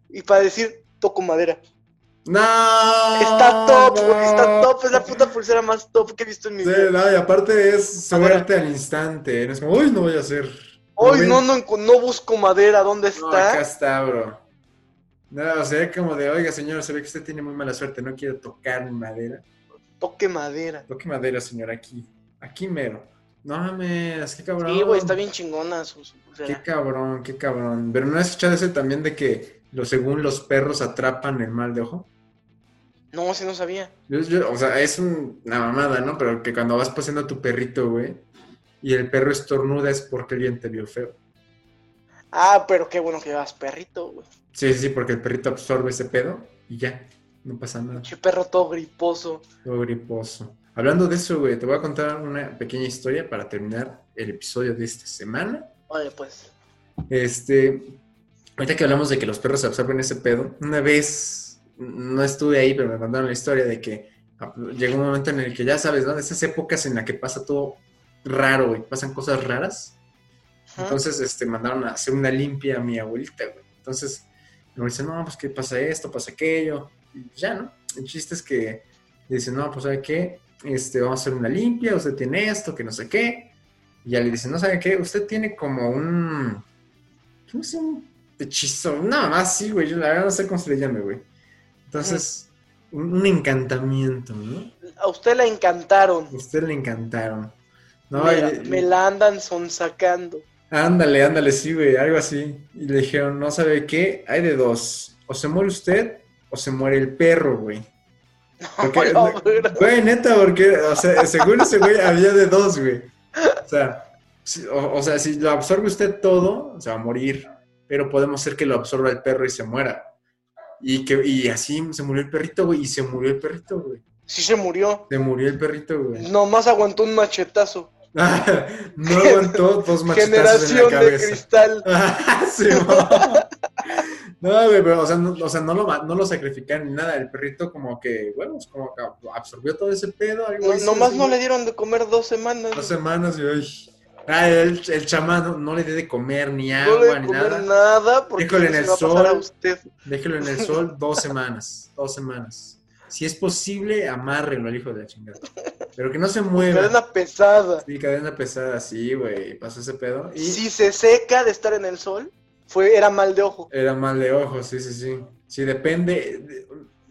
Speaker 1: Y para decir, toco madera.
Speaker 2: ¡No!
Speaker 1: está top, güey, está
Speaker 2: no.
Speaker 1: top, es la puta pulsera más top que he visto en mi
Speaker 2: Sí,
Speaker 1: vida.
Speaker 2: no, y aparte es
Speaker 1: Madera.
Speaker 2: suerte al instante. ¿eh? No es como, uy, no voy a hacer.
Speaker 1: Hoy
Speaker 2: Ven.
Speaker 1: no, no, enco- no busco madera, ¿dónde
Speaker 2: No, acá
Speaker 1: está?
Speaker 2: está, bro. No, se ve como de, oiga, señor, se ve que usted tiene muy mala suerte, no quiere tocar madera.
Speaker 1: Toque madera.
Speaker 2: Toque madera, señor, aquí. Aquí mero. No mames, qué cabrón.
Speaker 1: Sí, güey, está bien chingona su, su
Speaker 2: Qué
Speaker 1: pulsera.
Speaker 2: cabrón, qué cabrón. Pero no has escuchado ese también de que lo, según los perros atrapan el mal de ojo.
Speaker 1: No, si no sabía.
Speaker 2: Yo- yo- o sea, es un- una mamada, ¿no? Pero que cuando vas paseando a tu perrito, güey, y el perro estornuda es porque alguien te vio feo.
Speaker 1: Ah, pero qué bueno que llevas perrito, güey.
Speaker 2: Sí, sí, sí, porque el perrito absorbe ese pedo y ya, no pasa nada.
Speaker 1: Che perro todo griposo.
Speaker 2: Todo griposo. Hablando de eso, güey, te voy a contar una pequeña historia para terminar el episodio de esta semana.
Speaker 1: Vale, pues.
Speaker 2: Este, ahorita que hablamos de que los perros absorben ese pedo, una vez, no estuve ahí, pero me contaron la historia de que ah, llegó un momento en el que ya sabes, ¿no? De esas épocas en las que pasa todo raro, güey, pasan cosas raras.
Speaker 1: Ajá.
Speaker 2: Entonces, este, mandaron a hacer una limpia a mi abuelita, güey. Entonces, me dice, no, pues que pasa esto, pasa aquello. Y pues ya, ¿no? El chiste es que le dice, no, pues sabe qué, este, vamos a hacer una limpia, usted tiene esto, que no sé qué. Y ya le dice, no sabe qué, usted tiene como un, no sé, un hechizo, nada más, sí, güey, yo la verdad no sé cómo se le llame, güey. Entonces, un, un encantamiento, ¿no?
Speaker 1: A usted la encantaron.
Speaker 2: A usted le encantaron. No,
Speaker 1: Mira,
Speaker 2: Y-
Speaker 1: me la andan sonsacando.
Speaker 2: Ándale, ándale, sí, güey, algo así. Y le dijeron, no sabe qué, hay de dos. O se muere usted o se muere el perro, güey. Porque,
Speaker 1: No, pero-
Speaker 2: güey, neta, porque, o sea, según ese güey había de dos, güey. O sea, si, o, o sea, si lo absorbe usted todo, se va a morir. Pero podemos hacer que lo absorba el perro y se muera. Y, que, y así se murió el perrito, güey, y se murió el perrito, güey.
Speaker 1: Sí se murió.
Speaker 2: Se murió el perrito, güey.
Speaker 1: Nomás aguantó un machetazo.
Speaker 2: no aguantó dos machetazos en la
Speaker 1: Generación de
Speaker 2: cabeza.
Speaker 1: cristal.
Speaker 2: Ah, sí, no, No, güey, pero, o sea, no, o sea, no lo, ma- no lo sacrificaron ni nada. El perrito, como que, bueno, pues, como que absorbió todo ese pedo. algo
Speaker 1: No- Pues
Speaker 2: así,
Speaker 1: nomás
Speaker 2: así,
Speaker 1: no le dieron de comer dos semanas.
Speaker 2: Dos semanas y, ay, Ah, el, el chamán no, no le dé de comer ni
Speaker 1: No le
Speaker 2: agua
Speaker 1: debe
Speaker 2: ni
Speaker 1: comer
Speaker 2: nada.
Speaker 1: nada, porque
Speaker 2: Déjalo en
Speaker 1: se
Speaker 2: el
Speaker 1: va a pasar a
Speaker 2: sol.
Speaker 1: usted.
Speaker 2: Déjelo en el sol dos semanas. Dos semanas. Si es posible, amárrenlo al hijo de la chingada. Pero que no se mueva.
Speaker 1: Cadena pesada.
Speaker 2: Sí, cadena pesada, sí, güey. Pasó ese pedo. Y
Speaker 1: Si se seca de estar en el sol, fue, era mal de ojo.
Speaker 2: era mal de ojo, sí, sí, sí. Sí, depende. de-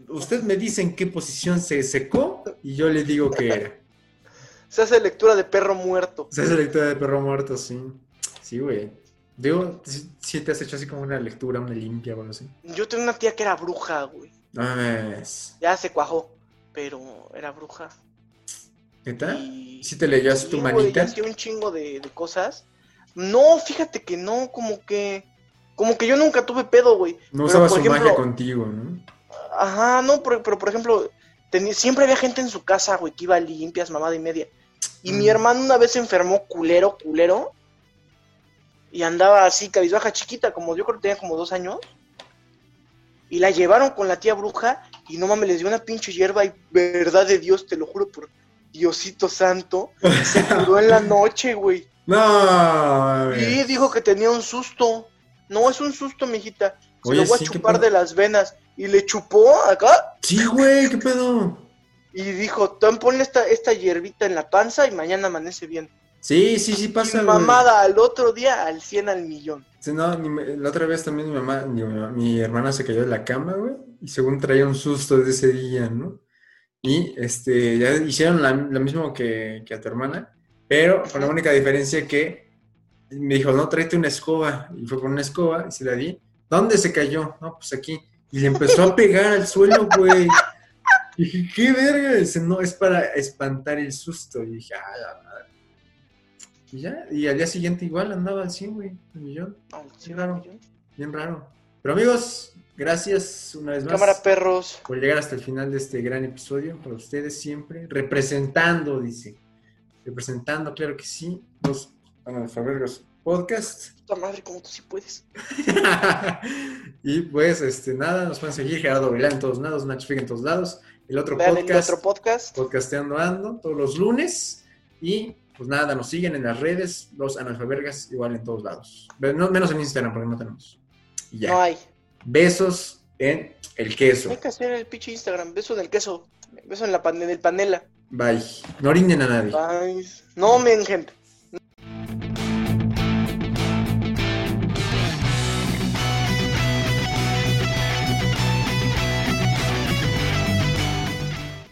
Speaker 2: Usted me dice en qué posición se secó y yo le digo que era.
Speaker 1: Se hace lectura de perro muerto.
Speaker 2: O sea, esa lectura de perro muerto, sí. Sí, güey. Digo, si, si te has hecho así como una lectura, una limpia o algo así.
Speaker 1: Yo tenía una tía que era bruja, güey.
Speaker 2: No mames.
Speaker 1: Ya se cuajó, pero era bruja.
Speaker 2: ¿Neta?
Speaker 1: Y-
Speaker 2: ¿Sí te leías tu
Speaker 1: Sí, güey,
Speaker 2: manita?
Speaker 1: hacía un chingo de, de cosas. No, fíjate que no, como que. Como que yo nunca tuve pedo, güey. Pero,
Speaker 2: No usaba su
Speaker 1: por ejemplo,
Speaker 2: magia contigo, ¿no?
Speaker 1: Ajá, no, pero, pero, por ejemplo, tenía- siempre había gente en su casa, güey, que iba limpias, mamada y media. Y mi
Speaker 2: Mm.
Speaker 1: hermano una vez se enfermó culero, culero. Y andaba así, cabizbaja chiquita, como yo creo que tenía como dos años. Y la llevaron con la tía bruja. Y no mames, les dio una pinche hierba. Y verdad de Dios, te lo juro por Diosito Santo. Se curó en la noche, güey.
Speaker 2: No,
Speaker 1: Y
Speaker 2: mames.
Speaker 1: dijo que tenía un susto. No, es un susto, mijita. Se
Speaker 2: Oye,
Speaker 1: lo voy
Speaker 2: sí,
Speaker 1: a
Speaker 2: ¿qué
Speaker 1: chupar
Speaker 2: pedo?
Speaker 1: de las venas. Y le chupó acá.
Speaker 2: Sí, güey, ¿qué pedo?
Speaker 1: Y dijo, Tom, ponle esta, esta hierbita en la panza y mañana amanece bien.
Speaker 2: Sí, sí, sí
Speaker 1: Y
Speaker 2: pasa, güey.
Speaker 1: mamada al otro día, al 100 al millón.
Speaker 2: Sí, no, ni me- la otra vez también mi mamá, mi, mamá- mi hermana se cayó de la cama, güey, y según traía un susto de ese día, ¿no? Y este, ya hicieron la- lo mismo que, que a tu hermana, pero con la única diferencia que me dijo, no, tráete una escoba. Y fue con una escoba y se la di. ¿Dónde se cayó? No, pues aquí. Y le empezó a pegar al suelo, güey. Y dije, ¿qué verga? Dice, no, es para espantar el susto. Y dije, ah, la madre. Y ya, y al día siguiente igual andaba así, güey, al millón.
Speaker 1: Al
Speaker 2: Sí,
Speaker 1: 100
Speaker 2: claro.
Speaker 1: al millón.
Speaker 2: Bien raro. Pero amigos, gracias una vez más
Speaker 1: Cámara perros.
Speaker 2: por llegar hasta el final de este gran episodio. Para ustedes siempre, representando, dice. Representando, claro que sí, los analfabergos podcast.
Speaker 1: Puta madre, como tú sí puedes.
Speaker 2: y pues, este, nada, nos pueden seguir Gerardo Vilán en todos lados, Nacho Figue en todos lados. El otro
Speaker 1: Vean el
Speaker 2: podcast,
Speaker 1: otro podcast.
Speaker 2: podcasteando ando, todos los lunes. Y pues nada, nos siguen en las redes, los analfabergas, igual en todos lados. Pero no- menos en Instagram, porque no tenemos. Y ya.
Speaker 1: No hay.
Speaker 2: Besos en el queso.
Speaker 1: Hay que hacer el pinche Instagram. Beso en el queso. Beso en la pan en el panela.
Speaker 2: Bye. No orinen a nadie.
Speaker 1: Bye. No, men, gente.